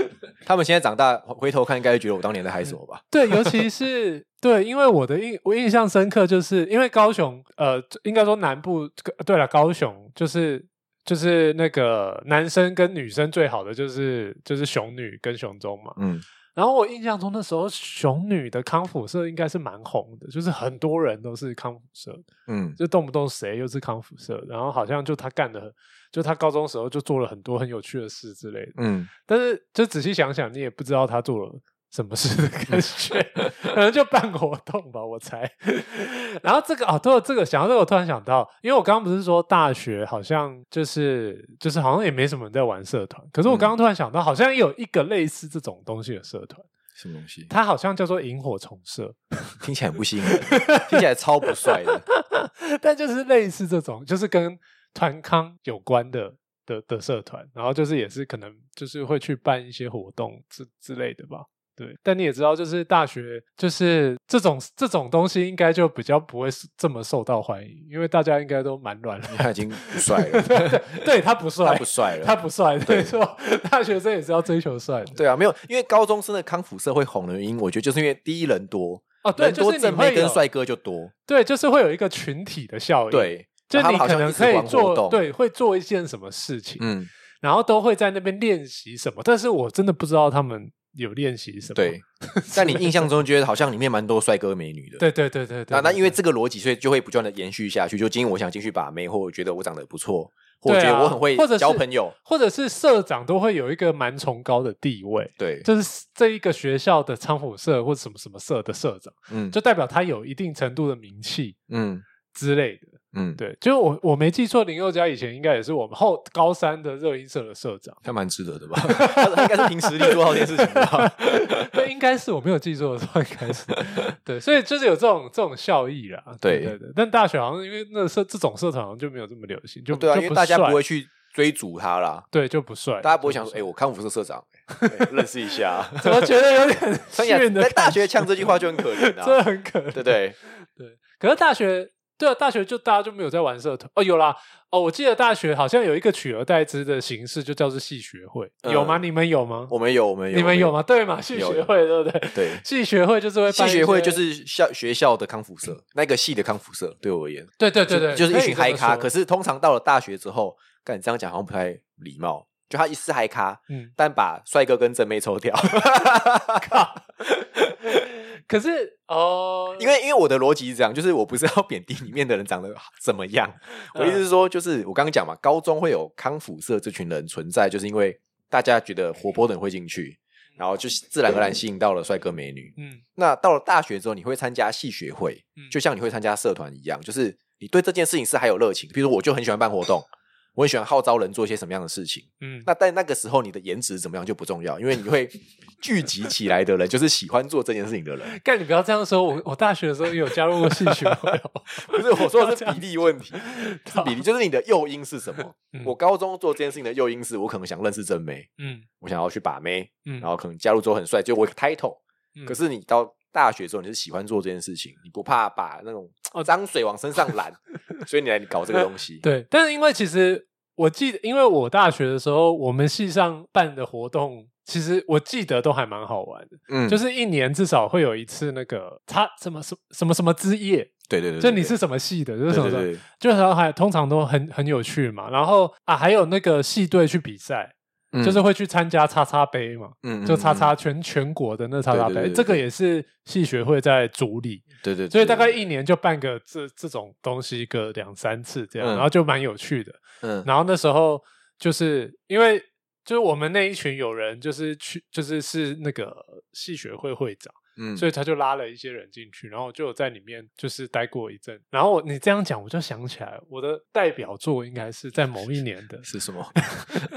Speaker 2: 他们现在长大回头看，应该会觉得我当年在嗨什么吧？
Speaker 1: 对，尤其是对，因为我的印我印象深刻，就是因为高雄，呃，应该说南部，呃对了，高雄就是就是那个男生跟女生最好的就是就是雄女跟雄中嘛。
Speaker 2: 嗯，
Speaker 1: 然后我印象中那时候雄女的康复社应该是蛮红的，就是很多人都是康复社，
Speaker 2: 嗯，
Speaker 1: 就动不动谁又是康复社，然后好像就他干的，就他高中时候就做了很多很有趣的事之类的。
Speaker 2: 嗯，
Speaker 1: 但是就仔细想想，你也不知道他做了什么事的感觉，可能就办活动吧，我猜。 然后这个哦，对了，这个想到这个，我突然想到，因为我刚刚不是说大学好像就是就是好像也没什么人在玩社团，可是我刚刚突然想到，好像有一个类似这种东西的社团，
Speaker 2: 什么东西？
Speaker 1: 它好像叫做萤火虫社，
Speaker 2: 听起来很不吸引人， 听起来超不帅的。
Speaker 1: 但就是类似这种，就是跟团康有关的。的的社团，然后就是也是可能就是会去办一些活动之之类的吧，对，但你也知道，就是大学就是这种这种东西，应该就比较不会是这么受到欢迎，因为大家应该都蛮软
Speaker 2: 因为
Speaker 1: 了。
Speaker 2: 他已经不 帅了，
Speaker 1: 对他不
Speaker 2: 他
Speaker 1: 帅
Speaker 2: 不，帅了，
Speaker 1: 他不帅，对错，大学生也是要追求帅的。
Speaker 2: 对啊，没有，因为高中生的康复社会红的原因，我觉得就是因为第一人多，
Speaker 1: 哦，对，
Speaker 2: 人
Speaker 1: 就
Speaker 2: 多
Speaker 1: 是你
Speaker 2: 正妹
Speaker 1: 会
Speaker 2: 跟
Speaker 1: 有
Speaker 2: 帅哥就多，
Speaker 1: 对，就是会有一个群体的效应。，
Speaker 2: 对，
Speaker 1: 就
Speaker 2: 然后他
Speaker 1: 你
Speaker 2: 们好
Speaker 1: 可
Speaker 2: 像
Speaker 1: 能
Speaker 2: 一直
Speaker 1: 可以
Speaker 2: 玩活
Speaker 1: 做
Speaker 2: 动
Speaker 1: 对，会做一件什么事情，
Speaker 2: 嗯，
Speaker 1: 然后都会在那边练习什么，但是我真的不知道他们有练习什么。
Speaker 2: 对。在你印象中觉得好像里面蛮多帅哥美女的，
Speaker 1: 对对对对对。
Speaker 2: 那那
Speaker 1: 对
Speaker 2: 因为这个逻辑，所以就会不断的延续下去。就今天我想进去把妹，或我觉得我长得不错，或我
Speaker 1: 对
Speaker 2: 觉得
Speaker 1: 啊
Speaker 2: 我很会
Speaker 1: 或者是
Speaker 2: 交朋友，
Speaker 1: 或者是社长都会有一个蛮崇高的地位，
Speaker 2: 对，
Speaker 1: 就是这一个学校的仓虎社或者什么什么社的社长，
Speaker 2: 嗯
Speaker 1: 就代表他有一定程度的名气
Speaker 2: 嗯
Speaker 1: 之类的。
Speaker 2: 嗯，
Speaker 1: 对，就我我没记错，林宥嘉以前应该也是我们后高三的热音社的社长。
Speaker 2: 他蛮值得的吧？他他应该是凭实力做到这件事情的吧？
Speaker 1: 对，应该是我没有记错的话，应该是对，所以就是有这种这种效益啦。
Speaker 2: 对
Speaker 1: 对对，但大学好像因为那社这种社团好像就没有这么流行，就
Speaker 2: 对啊，
Speaker 1: 就
Speaker 2: 因为大家
Speaker 1: 帅
Speaker 2: 不会去追逐他啦，
Speaker 1: 对就不帅，
Speaker 2: 大家不会想
Speaker 1: 就
Speaker 2: 说，哎、
Speaker 1: 帅
Speaker 2: 我康复社社长、欸对认识一 下。
Speaker 1: 怎么觉得有 点
Speaker 2: 所以啊
Speaker 1: 逊的
Speaker 2: 在大
Speaker 1: 感觉，
Speaker 2: 学呛这句话就很 可怜
Speaker 1: 这
Speaker 2: 啊，
Speaker 1: 很可怜。
Speaker 2: 对不对？
Speaker 1: 可是大学对啊，大学就大家就没有在玩社团哦，有啦哦，我记得大学好像有一个取而代之的形式，就叫做系学会，
Speaker 2: 嗯
Speaker 1: 有吗？你们有吗？
Speaker 2: 我们有，我们有，
Speaker 1: 你
Speaker 2: 我
Speaker 1: 们有
Speaker 2: 有？
Speaker 1: 吗？对嘛，系
Speaker 2: 有
Speaker 1: 学
Speaker 2: 有
Speaker 1: 会对不对？
Speaker 2: 对，
Speaker 1: 系学会就是会
Speaker 2: 系
Speaker 1: 办一
Speaker 2: 学会
Speaker 1: 些
Speaker 2: 就是校学校的康复社，那个系的康复社，对我而言，
Speaker 1: 对对对
Speaker 2: 就
Speaker 1: 对，
Speaker 2: 就是一
Speaker 1: 可以
Speaker 2: 群
Speaker 1: 这么
Speaker 2: 嗨咖。
Speaker 1: 说
Speaker 2: 可是通常到了大学之后，干你这样讲好像不太礼貌。就他一是嗨咖，
Speaker 1: 嗯，
Speaker 2: 但把帅哥跟正妹抽掉，
Speaker 1: 可是哦，
Speaker 2: 因为因为我的逻辑是这样，就是我不是要贬低里面的人长得怎么样，我意思是说，就是我刚刚讲嘛，高中会有康复社这群人存在，就是因为大家觉得活泼的人会进去，然后就自然而然吸引到了帅哥美女。
Speaker 1: 嗯
Speaker 2: 那到了大学之后，你会参加系学会，
Speaker 1: 嗯
Speaker 2: 就像你会参加社团一样，就是你对这件事情是还有热情。比如说，我就很喜欢办活动，我很喜欢号召人做一些什么样的事情。
Speaker 1: 嗯
Speaker 2: 那但那个时候你的颜值怎么样就不重要，因为你会 聚集起来的人就是喜欢做这件事情的人。
Speaker 1: 干，你不要这样说。我我大学的时候也有加入过戏曲会哦，
Speaker 2: 不是我说的是比例问 题，是比例，就是你的诱因是什么？
Speaker 1: 嗯
Speaker 2: 我高中做这件事情的诱因是我可能想认识正妹，
Speaker 1: 嗯
Speaker 2: 我想要去把妹，
Speaker 1: 嗯，
Speaker 2: 然后可能加入之后很帅，就我有个 title。
Speaker 1: 嗯
Speaker 2: 可是你到大学之后，你是喜欢做这件事情，你不怕把那种
Speaker 1: 哦
Speaker 2: 脏水往身上 揽，所以你来搞这个东西。
Speaker 1: 对，但是因为其实我记得，因为我大学的时候，我们系上办的活动，其实我记得都还蛮好玩的，
Speaker 2: 嗯，
Speaker 1: 就是一年至少会有一次那个他什么什么什么什么之夜，
Speaker 2: 对对对，
Speaker 1: 就
Speaker 2: 对
Speaker 1: 你是什么系的，就是
Speaker 2: 对
Speaker 1: 什么
Speaker 2: 对
Speaker 1: 什么，
Speaker 2: 对，
Speaker 1: 就是然后还通常都很很有趣嘛。然后啊，还有那个系队去比赛，
Speaker 2: 对
Speaker 1: 就是会去参加叉叉杯嘛。
Speaker 2: 嗯
Speaker 1: 就叉，叉
Speaker 2: 嗯
Speaker 1: 全全国的那叉叉
Speaker 2: 对对
Speaker 1: 杯，
Speaker 2: 对对
Speaker 1: 这个也是系学会在主理，
Speaker 2: 嗯对对，对
Speaker 1: 所以大概一年就办个这这种东西个两三次这样，
Speaker 2: 嗯
Speaker 1: 然后就蛮有趣的。
Speaker 2: 嗯
Speaker 1: 然后那时候就是因为就是我们那一群有人就是去就是是那个系学会会长，
Speaker 2: 嗯，
Speaker 1: 所
Speaker 2: 以
Speaker 1: 以他就拉了一些人进去，然后我就有在里面就是待过一阵。然后我你这样讲，我就想起来我的代表作应该是在某一年的
Speaker 2: 是什 么？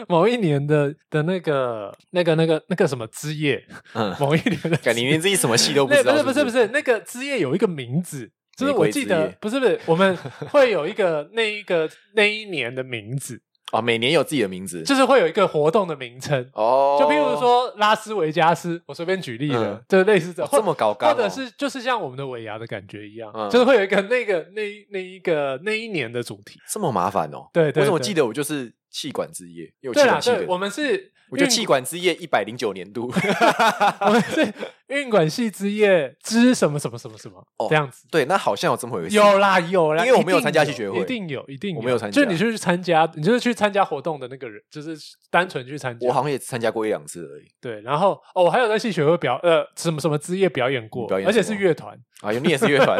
Speaker 1: 某一年的的那个那个那个那个什么之夜，
Speaker 2: 嗯，
Speaker 1: 某一年的
Speaker 2: 感觉连自己什么戏都不
Speaker 1: 那
Speaker 2: 知道
Speaker 1: 不是
Speaker 2: 是
Speaker 1: 不是不是，那个之夜有一个名字，就是
Speaker 2: 玫
Speaker 1: 我
Speaker 2: 瑰
Speaker 1: 记
Speaker 2: 之
Speaker 1: 得
Speaker 2: 夜
Speaker 1: 不是不是，我们会有一个那一个那一年的名字，
Speaker 2: 哦，每年有自己的名字，
Speaker 1: 就是会有一个活动的名称，
Speaker 2: 哦，
Speaker 1: 就譬如说拉斯维加斯，我随便举例的
Speaker 2: 嗯，
Speaker 1: 就类似这
Speaker 2: 哦
Speaker 1: 或
Speaker 2: 这么搞纲
Speaker 1: 或
Speaker 2: 哦，
Speaker 1: 者是就是像我们的尾牙的感觉一样，
Speaker 2: 嗯
Speaker 1: 就是会有一个那个那一那一个那一年的主题。
Speaker 2: 这么麻烦哦。
Speaker 1: 对对
Speaker 2: 我怎么
Speaker 1: 对
Speaker 2: 记得我就是气管之夜，因为我
Speaker 1: 对
Speaker 2: 气
Speaker 1: 啦，
Speaker 2: 管系
Speaker 1: 对，
Speaker 2: 的，
Speaker 1: 我们嗯是
Speaker 2: 我就
Speaker 1: 运
Speaker 2: 气管之夜一百零九年 度。
Speaker 1: 我们是运管系之夜之什么什么什么什么
Speaker 2: 哦
Speaker 1: 这样子。
Speaker 2: 对，那好像有这么回事。
Speaker 1: 有啦有啦，
Speaker 2: 因为我没有
Speaker 1: 一定
Speaker 2: 参加系学会
Speaker 1: 一定有一定
Speaker 2: 我没有参
Speaker 1: 就
Speaker 2: 加
Speaker 1: 你就是去参加，你就是去参加活动的那个人，就是单纯去参加。
Speaker 2: 我好像也参加过一两次而已。
Speaker 1: 对，然后哦，我还有在系学会表呃什么什么之夜表演过，
Speaker 2: 嗯你表演
Speaker 1: 而且
Speaker 2: 什
Speaker 1: 是
Speaker 2: 么
Speaker 1: 乐团。
Speaker 2: 啊，你也是乐团，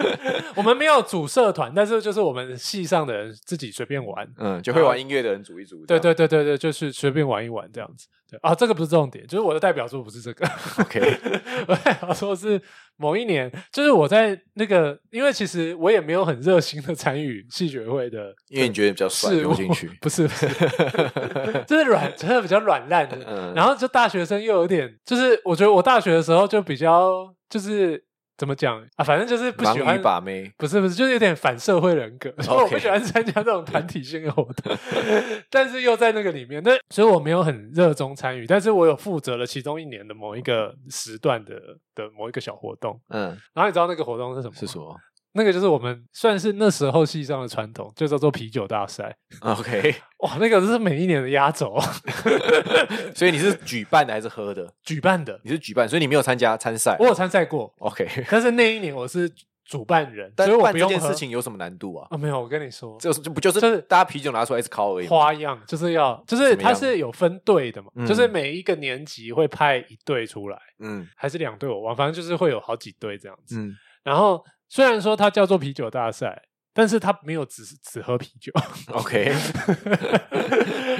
Speaker 1: 我们没有组社团，但是就是我们系上的人自己随便玩。
Speaker 2: 嗯，就会玩音乐的人组一组。
Speaker 1: 对对对对对，就是随便玩一玩这样子。对啊，这个不是重点，就是我的代表作不是这个。
Speaker 2: ，OK，
Speaker 1: 我代表作是某一年，就是我在那个，因为其实我也没有很热心的参与系学会的
Speaker 2: 因为你觉得比较帅，
Speaker 1: 是
Speaker 2: 就
Speaker 1: 我。
Speaker 2: 进去
Speaker 1: 不是，不是就是软，真的比较软烂的。
Speaker 2: 嗯
Speaker 1: 然后就大学生又有点，就是我觉得我大学的时候就比较，就是怎么讲啊？反正就是不
Speaker 2: 狼
Speaker 1: 喜
Speaker 2: 与
Speaker 1: 欢
Speaker 2: 把妹，
Speaker 1: 不是不是，就是有点反社会人 格，所以我不
Speaker 2: OK
Speaker 1: 喜欢参加这种团体性的活动， 但是又在那个里面，那所以我没有很热衷参与，但是我有负责了其中一年的某一个时段的的某一个小活动。
Speaker 2: 嗯，
Speaker 1: 然后你知道那个活动是什么？
Speaker 2: 是什？么
Speaker 1: 那个就是我们算是那时候系上的传统，就叫做啤酒大赛。
Speaker 2: 啊？OK，
Speaker 1: 哇，那个是每一年的压轴啊
Speaker 2: 所以你是举办的还是喝的？
Speaker 1: 举办的，
Speaker 2: 你是举办，所以你没有参加参赛
Speaker 1: 我。有参赛过，
Speaker 2: OK，
Speaker 1: 但是那一年我是主办人，
Speaker 2: 但
Speaker 1: 所以我
Speaker 2: 办
Speaker 1: 不
Speaker 2: 这
Speaker 1: 用
Speaker 2: 件
Speaker 1: 喝
Speaker 2: 事情有什么难度啊？
Speaker 1: 啊，没有，我跟你说，
Speaker 2: 这这不就是
Speaker 1: 就是
Speaker 2: 大家啤酒拿出来一直烤而已吗？
Speaker 1: 花样就是要，就是
Speaker 2: 怎么
Speaker 1: 它
Speaker 2: 样
Speaker 1: 是有分队的嘛，
Speaker 2: 嗯
Speaker 1: 就是每一个年级会派一队出来，
Speaker 2: 嗯
Speaker 1: 还是两队我忘了，反正就是会有好几队这样子。
Speaker 2: 嗯
Speaker 1: 然后虽然说它叫做啤酒大赛，但是它没有只只喝啤 酒，
Speaker 2: ，OK，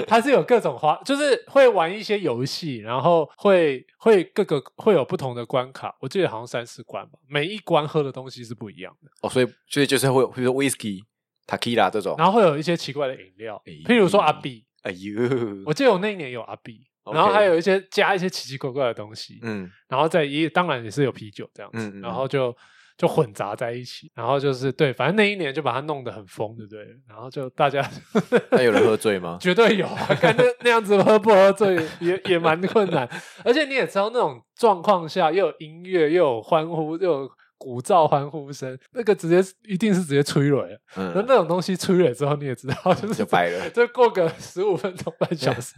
Speaker 1: 它是有各种花，就是会玩一些游戏，然后会会各个会有不同的关卡，我记得好像三四关吧，每一关喝的东西是不一样的，
Speaker 2: 哦，所以所以就是会有，比如说 whisky、tequila 这种。
Speaker 1: 然后会有一些奇怪的饮料，
Speaker 2: 哎
Speaker 1: 譬如说阿比，
Speaker 2: 哎呦，
Speaker 1: 我记得我那一年有阿比。
Speaker 2: OK
Speaker 1: 然后还有一些加一些奇奇怪怪的东西，
Speaker 2: 嗯
Speaker 1: 然后再也当然也是有啤酒这样子，
Speaker 2: 嗯嗯嗯
Speaker 1: 然后就就混杂在一起，然后就是对，反正那一年就把它弄得很疯，对不对了？然后就大家
Speaker 2: 那有人喝醉吗？
Speaker 1: 绝对有 啊，看那那样子喝不喝醉也 也蛮困难，而且你也知道那种状况下又有音乐又有欢呼又有。鼓噪欢呼声，那个直接一定是直接催泪了。那、
Speaker 2: 嗯，
Speaker 1: 那种东西催泪之后，你也知道，就是
Speaker 2: 就掰了。
Speaker 1: 就过个十五分钟、半小时，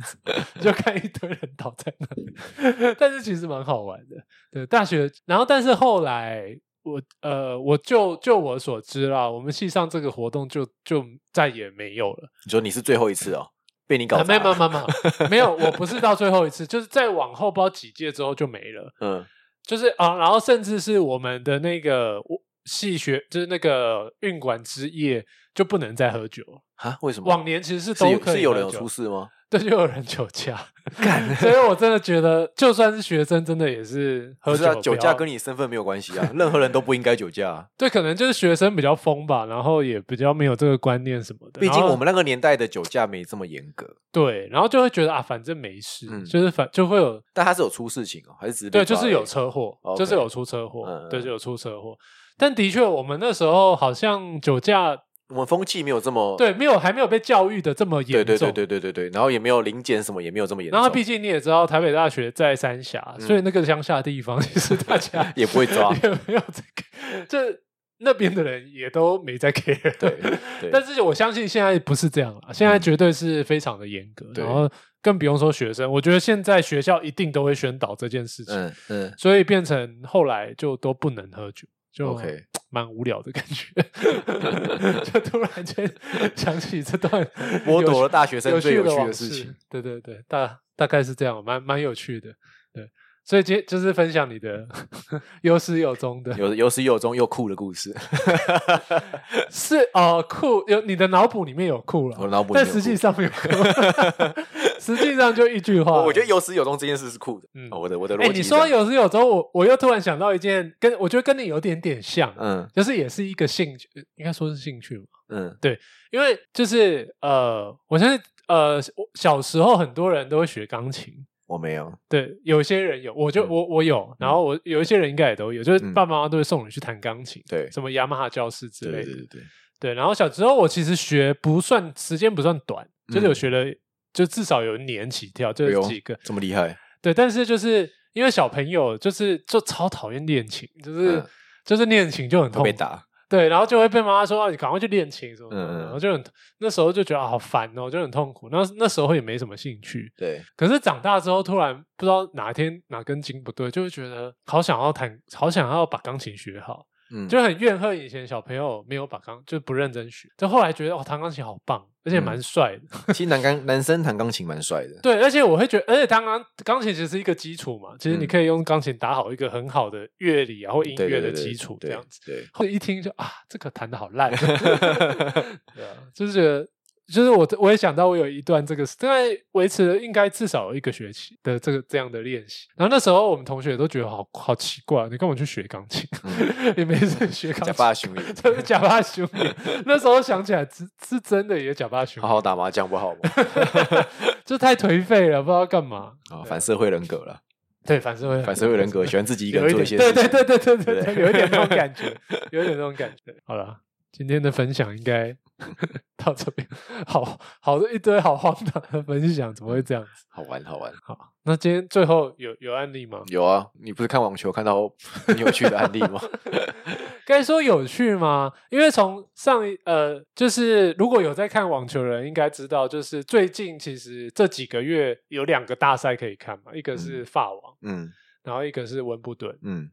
Speaker 1: 你就看一堆人倒在那里。 但是其实蛮好玩的。对，大学，然后但是后来我呃，我就就我所知啦，我们系上这个活动就就再也没有了。
Speaker 2: 你说你是最后一次哦，被你搞
Speaker 1: 啊
Speaker 2: 砸
Speaker 1: 没有没有
Speaker 2: 了
Speaker 1: 没有没有，没有，我不是到最后一次，就是再往后包几届之后就没了。
Speaker 2: 嗯
Speaker 1: 就是啊，然后甚至是我们的那个我系学，就是那个运管之夜就不能再喝酒了。
Speaker 2: 啊？为什么？
Speaker 1: 往年其实是
Speaker 2: 是
Speaker 1: 都
Speaker 2: 有
Speaker 1: 可以
Speaker 2: 是有
Speaker 1: 喝
Speaker 2: 人有
Speaker 1: 酒
Speaker 2: 出事 吗？
Speaker 1: 对，就有人酒驾， 所以我真的觉得，就算是学生，真的也是喝
Speaker 2: 不
Speaker 1: 酒
Speaker 2: 是
Speaker 1: 不
Speaker 2: 啊
Speaker 1: 要，，
Speaker 2: 酒驾跟你身份没有关系啊，任何人都不应该酒驾啊。
Speaker 1: 对，可能就是学生比较疯吧，然后也比较没有这个观念什么的。
Speaker 2: 毕
Speaker 1: 然
Speaker 2: 竟
Speaker 1: 后
Speaker 2: 我们那个年代的酒驾没这么严格，
Speaker 1: 对，然后就会觉得啊，反正没事，
Speaker 2: 嗯
Speaker 1: 就是反就会有
Speaker 2: 但他是有出事情哦，还是只是被
Speaker 1: 对，就
Speaker 2: 抓
Speaker 1: 是
Speaker 2: 而
Speaker 1: 有
Speaker 2: 已
Speaker 1: 车祸
Speaker 2: OK
Speaker 1: 就是有出车祸，
Speaker 2: 嗯嗯
Speaker 1: 对，
Speaker 2: 嗯
Speaker 1: 就有出车祸。但的确，我们那时候好像酒驾，
Speaker 2: 我们风气没有这么
Speaker 1: 对，没有还没有被教育的这么严
Speaker 2: 对
Speaker 1: 重。
Speaker 2: 对对对对对对，然后也没有零检什么，也没有这么严重，
Speaker 1: 然后，毕竟你也知道，台北大学在三峡，所以那个乡下地方，其实大家
Speaker 2: 嗯 也啊不 会抓
Speaker 1: 也没有这个，就那边的人也都没在 care。
Speaker 2: 对，对，嗯
Speaker 1: 但是我相信现在不是这样了，现在绝对是非常的严格，
Speaker 2: 对
Speaker 1: 然后更不用说学生。我觉得现在学校一定都会宣导这件事情，
Speaker 2: 嗯嗯
Speaker 1: 所以变成后来就都不能喝酒。就
Speaker 2: ，OK，
Speaker 1: 蛮无聊的感觉， 就突然间想起这段
Speaker 2: 剥夺
Speaker 1: 有
Speaker 2: 了大学生最有趣
Speaker 1: 往
Speaker 2: 的
Speaker 1: 事
Speaker 2: 事情。。
Speaker 1: 对对对，大大概是这样，蛮蛮有趣的。对，所以今天就是分享你的 有始有终的，
Speaker 2: 有有始有终又酷的故事，
Speaker 1: 是哦、酷有你的脑补里面有酷了，
Speaker 2: 我脑补里面
Speaker 1: 但
Speaker 2: 有
Speaker 1: 实际 上没有酷，实际上就一句话。
Speaker 2: 我我觉得有始有终这件事是酷的。
Speaker 1: 嗯
Speaker 2: 哦我的我的
Speaker 1: 哎、
Speaker 2: 逻辑
Speaker 1: 你
Speaker 2: 是这样，
Speaker 1: 说有始有终，我我又突然想到一件跟我觉得跟你有点点像，
Speaker 2: 嗯
Speaker 1: 就是也是一个兴趣，呃应该说是兴趣嘛。
Speaker 2: 嗯
Speaker 1: 因为就是呃，我相信呃，我小时候很多人都会学钢琴，
Speaker 2: 我没有，
Speaker 1: 对，有些人有，我就、
Speaker 2: 嗯
Speaker 1: 我我有，然后我有一些人应该也都有，就是
Speaker 2: 嗯
Speaker 1: 爸爸妈妈都会送你去弹钢琴，
Speaker 2: 对
Speaker 1: 什么雅马哈教室之类
Speaker 2: 对
Speaker 1: 的，
Speaker 2: 对对对，
Speaker 1: 对然后小时候我其实学不算时间不算短，就是有
Speaker 2: 嗯
Speaker 1: 学了，就至少有一年起跳，就
Speaker 2: 哎
Speaker 1: 是
Speaker 2: 呦
Speaker 1: 几个，
Speaker 2: 这么厉害，
Speaker 1: 对，但是就是因为小朋友就是就超讨厌练琴，就是、
Speaker 2: 嗯
Speaker 1: 就是练琴就很
Speaker 2: 会
Speaker 1: 痛
Speaker 2: 被
Speaker 1: 苦，
Speaker 2: 打，
Speaker 1: 对，然后就会被妈妈说、啊、你赶快去练琴什么什么
Speaker 2: 嗯嗯
Speaker 1: 的，然后就很那时候就觉得、啊、好烦哦，就很痛苦，那那时候也没什么兴趣，
Speaker 2: 对，
Speaker 1: 可是长大之后，突然不知道哪天哪根筋不对，就会觉得好想要弹，好想要把钢琴学好，
Speaker 2: 嗯，
Speaker 1: 就很怨恨以前小朋友没有把钢，就不认真学。就后来觉得哦，弹钢琴好棒，而且
Speaker 2: 嗯
Speaker 1: 蛮帅的。
Speaker 2: 其实男钢男生弹钢琴蛮帅的，
Speaker 1: 对，而且我会觉得，而且弹钢钢琴其实是一个基础嘛，其实你
Speaker 2: 嗯
Speaker 1: 可以用钢琴打好一个很好的乐理啊或音
Speaker 2: 对
Speaker 1: 乐的
Speaker 2: 对对
Speaker 1: 基础，这
Speaker 2: 对
Speaker 1: 样子。
Speaker 2: 对，
Speaker 1: 或者一听就啊，这个弹的好烂，啊 对啊，就是觉得。就是我，我也想到我有一段这个，大概维持了应该至少有一个学期的这个这样的练习。然后那时候我们同学都觉得好好奇怪，你干嘛去学钢琴？ 你没事学钢
Speaker 2: 嗯假
Speaker 1: 琴，
Speaker 2: 发兄弟，
Speaker 1: 这是假发兄弟。那时候想起来是是真的也假发兄
Speaker 2: 好好打 麻将不好吗？
Speaker 1: 弟，就太颓废了，不知道干嘛。
Speaker 2: 哦啊，反社会人格了。
Speaker 1: 对反社会
Speaker 2: 反社会人格，喜欢自己一个人
Speaker 1: 有
Speaker 2: 做
Speaker 1: 一
Speaker 2: 一些
Speaker 1: 点
Speaker 2: 事
Speaker 1: 对
Speaker 2: 情。
Speaker 1: 对对对对对
Speaker 2: 对不
Speaker 1: 对，
Speaker 2: 对
Speaker 1: 有一点那种感觉，有一点那种感觉。好了，今天的分享应该 到这边，好好的一堆好荒唐的分享，怎么会这样子？
Speaker 2: 好玩好玩。
Speaker 1: 好，那今天最后有有案例吗？
Speaker 2: 有啊，你不是看网球看到很有趣的案例吗？
Speaker 1: 该说有趣吗？因为从上一呃，就是如果有在看网球的人，应该知道，就是最近其实这几个月有两个大赛可以看嘛，一个是法网，
Speaker 2: 嗯
Speaker 1: 然后一个是温布顿，
Speaker 2: 嗯，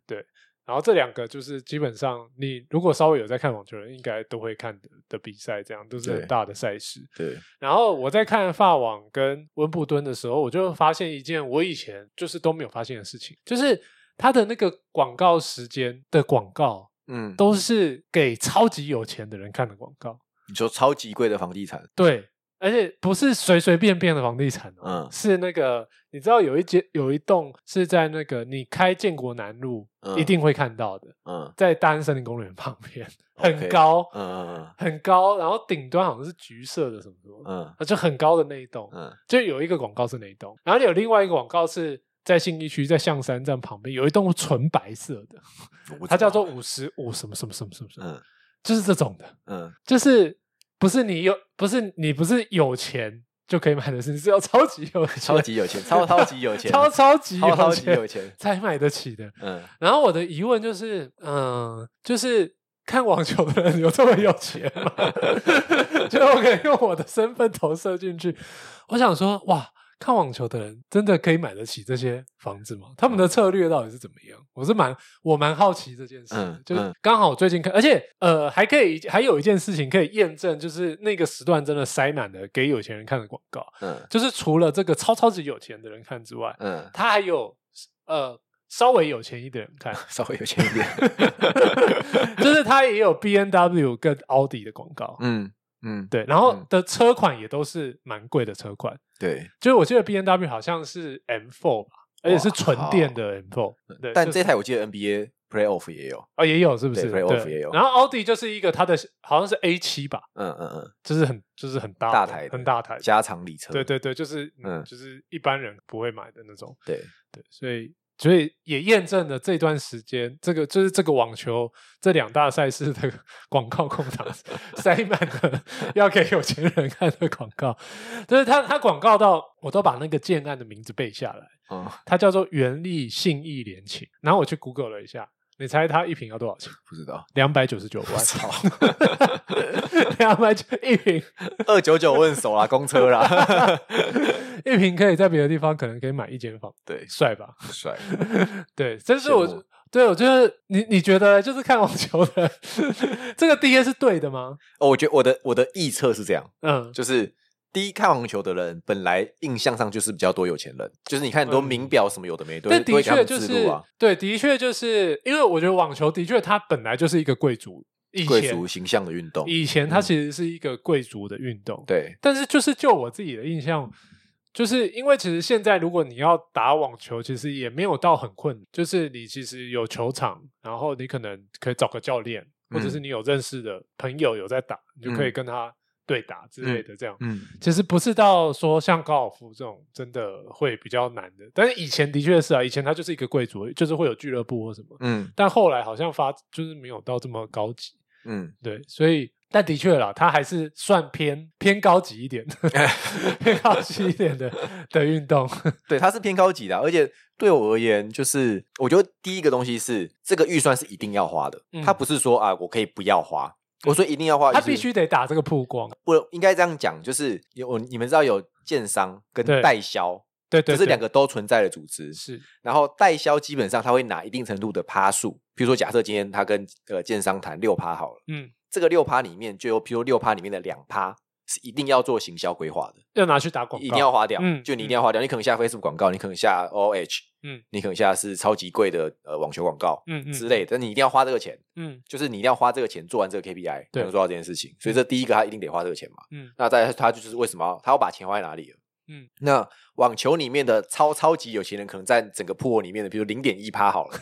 Speaker 1: 然后这两个就是基本上你如果稍微有在看网球的人，应该都会看的的比赛，这样都是很
Speaker 2: 对
Speaker 1: 大的赛事。
Speaker 2: 对，
Speaker 1: 然后我在看法网跟温布敦的时候，我就发现一件我以前就是都没有发现的事情，就是它的那个广告时间的广告
Speaker 2: 嗯，
Speaker 1: 都是给超级有钱的人看的广告，
Speaker 2: 你说超级贵的房地产，
Speaker 1: 对，而且不是随随便便的房地产哦，
Speaker 2: 嗯
Speaker 1: 是那个你知道有一间有一栋是在那个你开建国南路、
Speaker 2: 嗯
Speaker 1: 一定会看到的，
Speaker 2: 嗯
Speaker 1: 在大安森林公园旁边，
Speaker 2: OK
Speaker 1: 很高
Speaker 2: 嗯嗯
Speaker 1: 很高，然后顶端好像是橘色的什么什么，
Speaker 2: 嗯
Speaker 1: 啊就很高的那一栋。
Speaker 2: 嗯
Speaker 1: 就有一个广告是那一栋，然后有另外一个广告是在信义区，在象山站旁边有一栋纯白色的，
Speaker 2: 嗯，
Speaker 1: 它叫做五十五什么什么什么什么什么，
Speaker 2: 嗯
Speaker 1: 就是这种的，
Speaker 2: 嗯
Speaker 1: 就是不是你有，不是你不是有钱就可以买的事，你是要超级有钱，
Speaker 2: 超级有钱，超超级有 钱，
Speaker 1: 超超级
Speaker 2: 超超级
Speaker 1: 钱
Speaker 2: 有钱，
Speaker 1: 才买得起的。
Speaker 2: 嗯，
Speaker 1: 然后我的疑问就是，嗯、就是看网球的人有这么有钱吗？ 就我可以用我的身份投射进去。我想说，哇，看网球的人真的可以买得起这些房子吗？他
Speaker 2: 嗯
Speaker 1: 们的策略到底是怎么样？我是蛮我蛮好奇这件事的，
Speaker 2: 嗯
Speaker 1: 就是
Speaker 2: 嗯
Speaker 1: 刚好最近看，而且呃，还可以还有一件事情可以验证，就是那个时段真的塞满了给有钱人看的广告，
Speaker 2: 嗯
Speaker 1: 就是除了这个超超级有钱的人看之外，
Speaker 2: 嗯，
Speaker 1: 他还有呃稍微有钱一点的人看。
Speaker 2: 稍微有钱一点，
Speaker 1: 就是它也有 B N W 跟奥迪的广告，
Speaker 2: 嗯嗯，
Speaker 1: 对，然后
Speaker 2: 嗯
Speaker 1: 的车款也都是蛮贵的车款，
Speaker 2: 对，
Speaker 1: 就是我记得 B N W 好像是 M Four 吧，而且是纯电的 M Four，对，
Speaker 2: 但
Speaker 1: 就
Speaker 2: 这台我记得 NBA playoff 也有，
Speaker 1: 哦也有是不是？
Speaker 2: 对，Playoff 也有
Speaker 1: 然后奥迪就是一个它的好像是 A 七吧，
Speaker 2: 嗯嗯
Speaker 1: 就是很就是很大
Speaker 2: 大
Speaker 1: 的
Speaker 2: 台的
Speaker 1: 很大台
Speaker 2: 嗯，
Speaker 1: 的，
Speaker 2: 加长里程，
Speaker 1: 对对对，就是嗯
Speaker 2: 嗯
Speaker 1: 就是一般人不会买的那种，
Speaker 2: 对，
Speaker 1: 对，所以所以也验证了这段时间，这个就是这个网球这两大赛事的 广告空档塞满了要给有钱人看的广告，就是他他广告到我都把那个建案的名字背下来，
Speaker 2: 嗯，
Speaker 1: 它叫做原力信义联勤，然后我去 Google 了一下，你猜它一瓶要多少钱？
Speaker 2: 不知道，
Speaker 1: 两百九十九万，操，两百九一瓶，
Speaker 2: 二九九问手啦，公车 啦，
Speaker 1: 一瓶可以在别的地方可能可以买一间房，
Speaker 2: 对，
Speaker 1: 帅吧？
Speaker 2: 帅，
Speaker 1: 对，这是
Speaker 2: 羡
Speaker 1: 我
Speaker 2: 慕
Speaker 1: 对我觉得你你觉得就是看网球的 这个 D A 是对的吗？
Speaker 2: 哦，我觉得我的我的臆测是这样，
Speaker 1: 嗯，
Speaker 2: 就是第一看网球的人，本来印象上就是比较多有钱人，就是你看很多
Speaker 1: 嗯
Speaker 2: 名表什么有的没，都会
Speaker 1: 但
Speaker 2: 都
Speaker 1: 的
Speaker 2: 会给他
Speaker 1: 确
Speaker 2: 们
Speaker 1: 就
Speaker 2: 制
Speaker 1: 是、
Speaker 2: 度啊，
Speaker 1: 对，的确就是因为我觉得网球的确它本来就是一个贵族，以
Speaker 2: 贵
Speaker 1: 前
Speaker 2: 族形象的运动，嗯
Speaker 1: 以前它其实是一个贵族的运动，
Speaker 2: 对，
Speaker 1: 但是就是就我自己的印象，就是因为其实现在如果你要打网球，其实也没有到很困难，就是你其实有球场，然后你可能可以找个教练，或者是你有认识的朋友有在打，你就可以跟他对打之类的这样。
Speaker 2: 嗯
Speaker 1: 其实不是到说像高尔夫这种真的会比较难的，但是以前的确是啊，以前它就是一个贵族，就是会有俱乐部或什么，
Speaker 2: 嗯
Speaker 1: 但后来好像发就是没有到这么高级。
Speaker 2: 嗯，
Speaker 1: 对，所以但的确啦，它还是算偏偏高级一点 的偏高级一点的的运动。
Speaker 2: 对，它是偏高级的啊、而且对我而言，就是我觉得第一个东西是这个预算是一定要花的，
Speaker 1: 嗯
Speaker 2: 它不是说啊我可以不要花，我说一定要花，
Speaker 1: 它
Speaker 2: 就是
Speaker 1: 必须得打这个曝光，
Speaker 2: 不应该这样讲，就是有你们知道有建商跟
Speaker 1: 对
Speaker 2: 代销。
Speaker 1: 对对
Speaker 2: 这
Speaker 1: 对，
Speaker 2: 是两个都存在的组织，
Speaker 1: 是
Speaker 2: 然后代销基本上他会拿一定程度的趴数，比如说假设今天他跟呃建商谈六趴好了，
Speaker 1: 嗯，
Speaker 2: 这个六趴里面就有，比如六趴里面的两趴是一定要做行销规划的，
Speaker 1: 要拿去打广告，
Speaker 2: 一定要花掉，
Speaker 1: 嗯
Speaker 2: 就你一定要花掉，你可能下 Facebook 广告，你可能下 OH，
Speaker 1: 嗯，
Speaker 2: 你可能下是超级贵的呃网球广告。
Speaker 1: 嗯嗯
Speaker 2: 之类的，但你一定要花这个钱，
Speaker 1: 嗯
Speaker 2: 就是你一定要花这个钱做完这个 KPI
Speaker 1: 对
Speaker 2: 才能做到这件事情。所以这第一个他一定得花这个钱嘛。
Speaker 1: 嗯
Speaker 2: 那再来他就是为什么要他要把钱花在哪里了？
Speaker 1: 嗯，
Speaker 2: 那网球里面的超超级有钱人，可能在整个破里面的，比如零点一趴好了，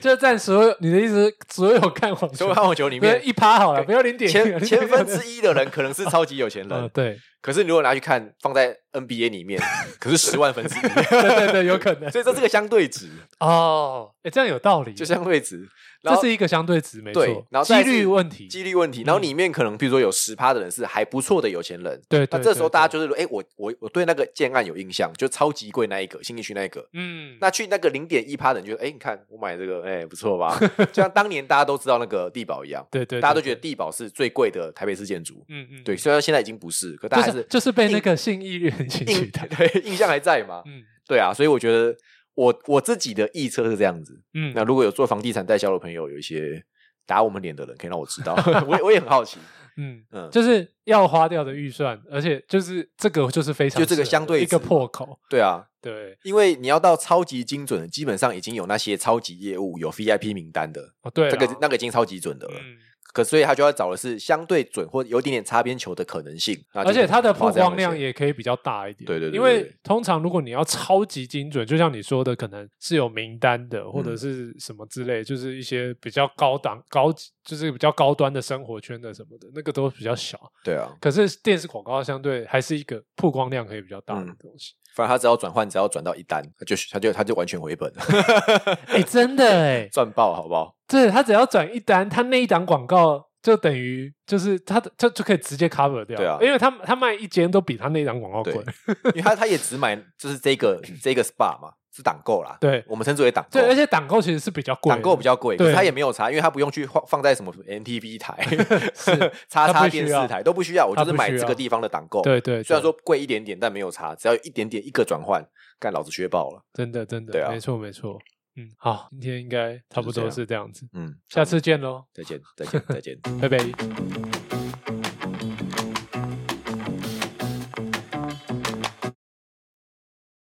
Speaker 1: 就是占所有你的意思，所有看网球
Speaker 2: 所以，网球里
Speaker 1: 不要
Speaker 2: 面
Speaker 1: 一趴好了，啊
Speaker 2: 对
Speaker 1: 不要零点
Speaker 2: 千千分之一的人可能是超级有钱
Speaker 1: 嗯
Speaker 2: 人，
Speaker 1: 对
Speaker 2: 可是你如果拿去看，放在 NBA 里面，可是十万粉丝里面，
Speaker 1: 对对对，有可能
Speaker 2: 所以这是个相对值，
Speaker 1: 哦，哎，这样有道理，
Speaker 2: 就相对值。然
Speaker 1: 这
Speaker 2: 后
Speaker 1: 是一个相对值，没错
Speaker 2: 对，然后
Speaker 1: 几
Speaker 2: 再是
Speaker 1: 率问题，
Speaker 2: 几率问题，然后里面可能比如说有十趴的人是还不错的有钱人，
Speaker 1: 对，
Speaker 2: 那
Speaker 1: 对
Speaker 2: 这时候
Speaker 1: 对
Speaker 2: 大家
Speaker 1: 对
Speaker 2: 就是说，哎，我我我对那个建案有印象，就超级贵那一个新义区那一个。
Speaker 1: 嗯，
Speaker 2: 那去那个零点一趴的人就，哎，你看我买这个，哎，不错吧？ 就像当年大家都知道那个地堡一样，
Speaker 1: 对对，
Speaker 2: 大家都
Speaker 1: 对
Speaker 2: 觉得地堡是最贵的台北市建筑。
Speaker 1: 嗯嗯，
Speaker 2: 对，虽然现在已经不是，可大家还
Speaker 1: 就是
Speaker 2: 是
Speaker 1: 就是被那
Speaker 2: 硬
Speaker 1: 个性意愿引起
Speaker 2: 印
Speaker 1: 的，
Speaker 2: 对印象还在嘛？
Speaker 1: 嗯
Speaker 2: 对啊，所以我觉得我我自己的臆测是这样子。
Speaker 1: 嗯
Speaker 2: 那，如果有做房地产代销的朋友，有一些打我们脸的人，可以让我知 道，我也我也很好奇。
Speaker 1: 嗯，
Speaker 2: 嗯，
Speaker 1: 就是要花掉的预算，而且就是这个就是非常
Speaker 2: 就这个
Speaker 1: 适合
Speaker 2: 相对
Speaker 1: 一个
Speaker 2: 值
Speaker 1: 破口，
Speaker 2: 对啊，
Speaker 1: 对
Speaker 2: 因为你要到超级精准的，基本上已经有那些超级业务有 VIP 名单的，
Speaker 1: 哦对
Speaker 2: 这
Speaker 1: 啦，
Speaker 2: 个那个已经超级准的了。
Speaker 1: 嗯，
Speaker 2: 可所以他就要找的是相对准或有一点点擦边球的可能性，那就
Speaker 1: 而且它的
Speaker 2: 花
Speaker 1: 曝
Speaker 2: 这样
Speaker 1: 光量
Speaker 2: 钱
Speaker 1: 也可以比较大一点，
Speaker 2: 对对对
Speaker 1: 因
Speaker 2: 对
Speaker 1: 为通常如果你要超级精准，就像你说的，可能是有名单的或者
Speaker 2: 嗯
Speaker 1: 是什么之类，就是一些比较高档高级，就是比较高端的生活圈的什么的，那个都比较小。
Speaker 2: 对啊，
Speaker 1: 可是电视广告相对还是一个曝光量可以比较大的
Speaker 2: 嗯
Speaker 1: 东西。
Speaker 2: 反正他只要转换，只要转到一单，他就他就他就完全回本，
Speaker 1: 哎、真的哎、
Speaker 2: 赚爆好不好？
Speaker 1: 对他只要转一单，他那一档广告就等于就是他的就就可以直接 cover 掉，
Speaker 2: 对啊
Speaker 1: 因为他他卖一间都比他那一档广告
Speaker 2: 对
Speaker 1: 贵，
Speaker 2: 因为他他也只买就是这个这个 SPA 嘛，是导购啦，
Speaker 1: 对
Speaker 2: 我们称之为导购
Speaker 1: 对，，而且档购其实是比较贵的，
Speaker 2: 导哦购比较贵，可
Speaker 1: 对
Speaker 2: 是他也没有差，因为他不用去放放在什么 NTV 台、叉
Speaker 1: 他
Speaker 2: 叉
Speaker 1: 不需
Speaker 2: 电
Speaker 1: 要
Speaker 2: 视台都不需要，我
Speaker 1: 他
Speaker 2: 就
Speaker 1: 不
Speaker 2: 是买
Speaker 1: 需要
Speaker 2: 这个地方的导购。
Speaker 1: 对对，
Speaker 2: 虽然
Speaker 1: 对
Speaker 2: 说贵一点点，但没有差，只要一点点一个转换，干老子削爆了。
Speaker 1: 真的真的，
Speaker 2: 对啊
Speaker 1: 没错没错，嗯，好，今天应该差不多是这样子，
Speaker 2: 嗯，
Speaker 1: 下次见喽，
Speaker 2: 再见，再见，再见。
Speaker 1: 拜拜。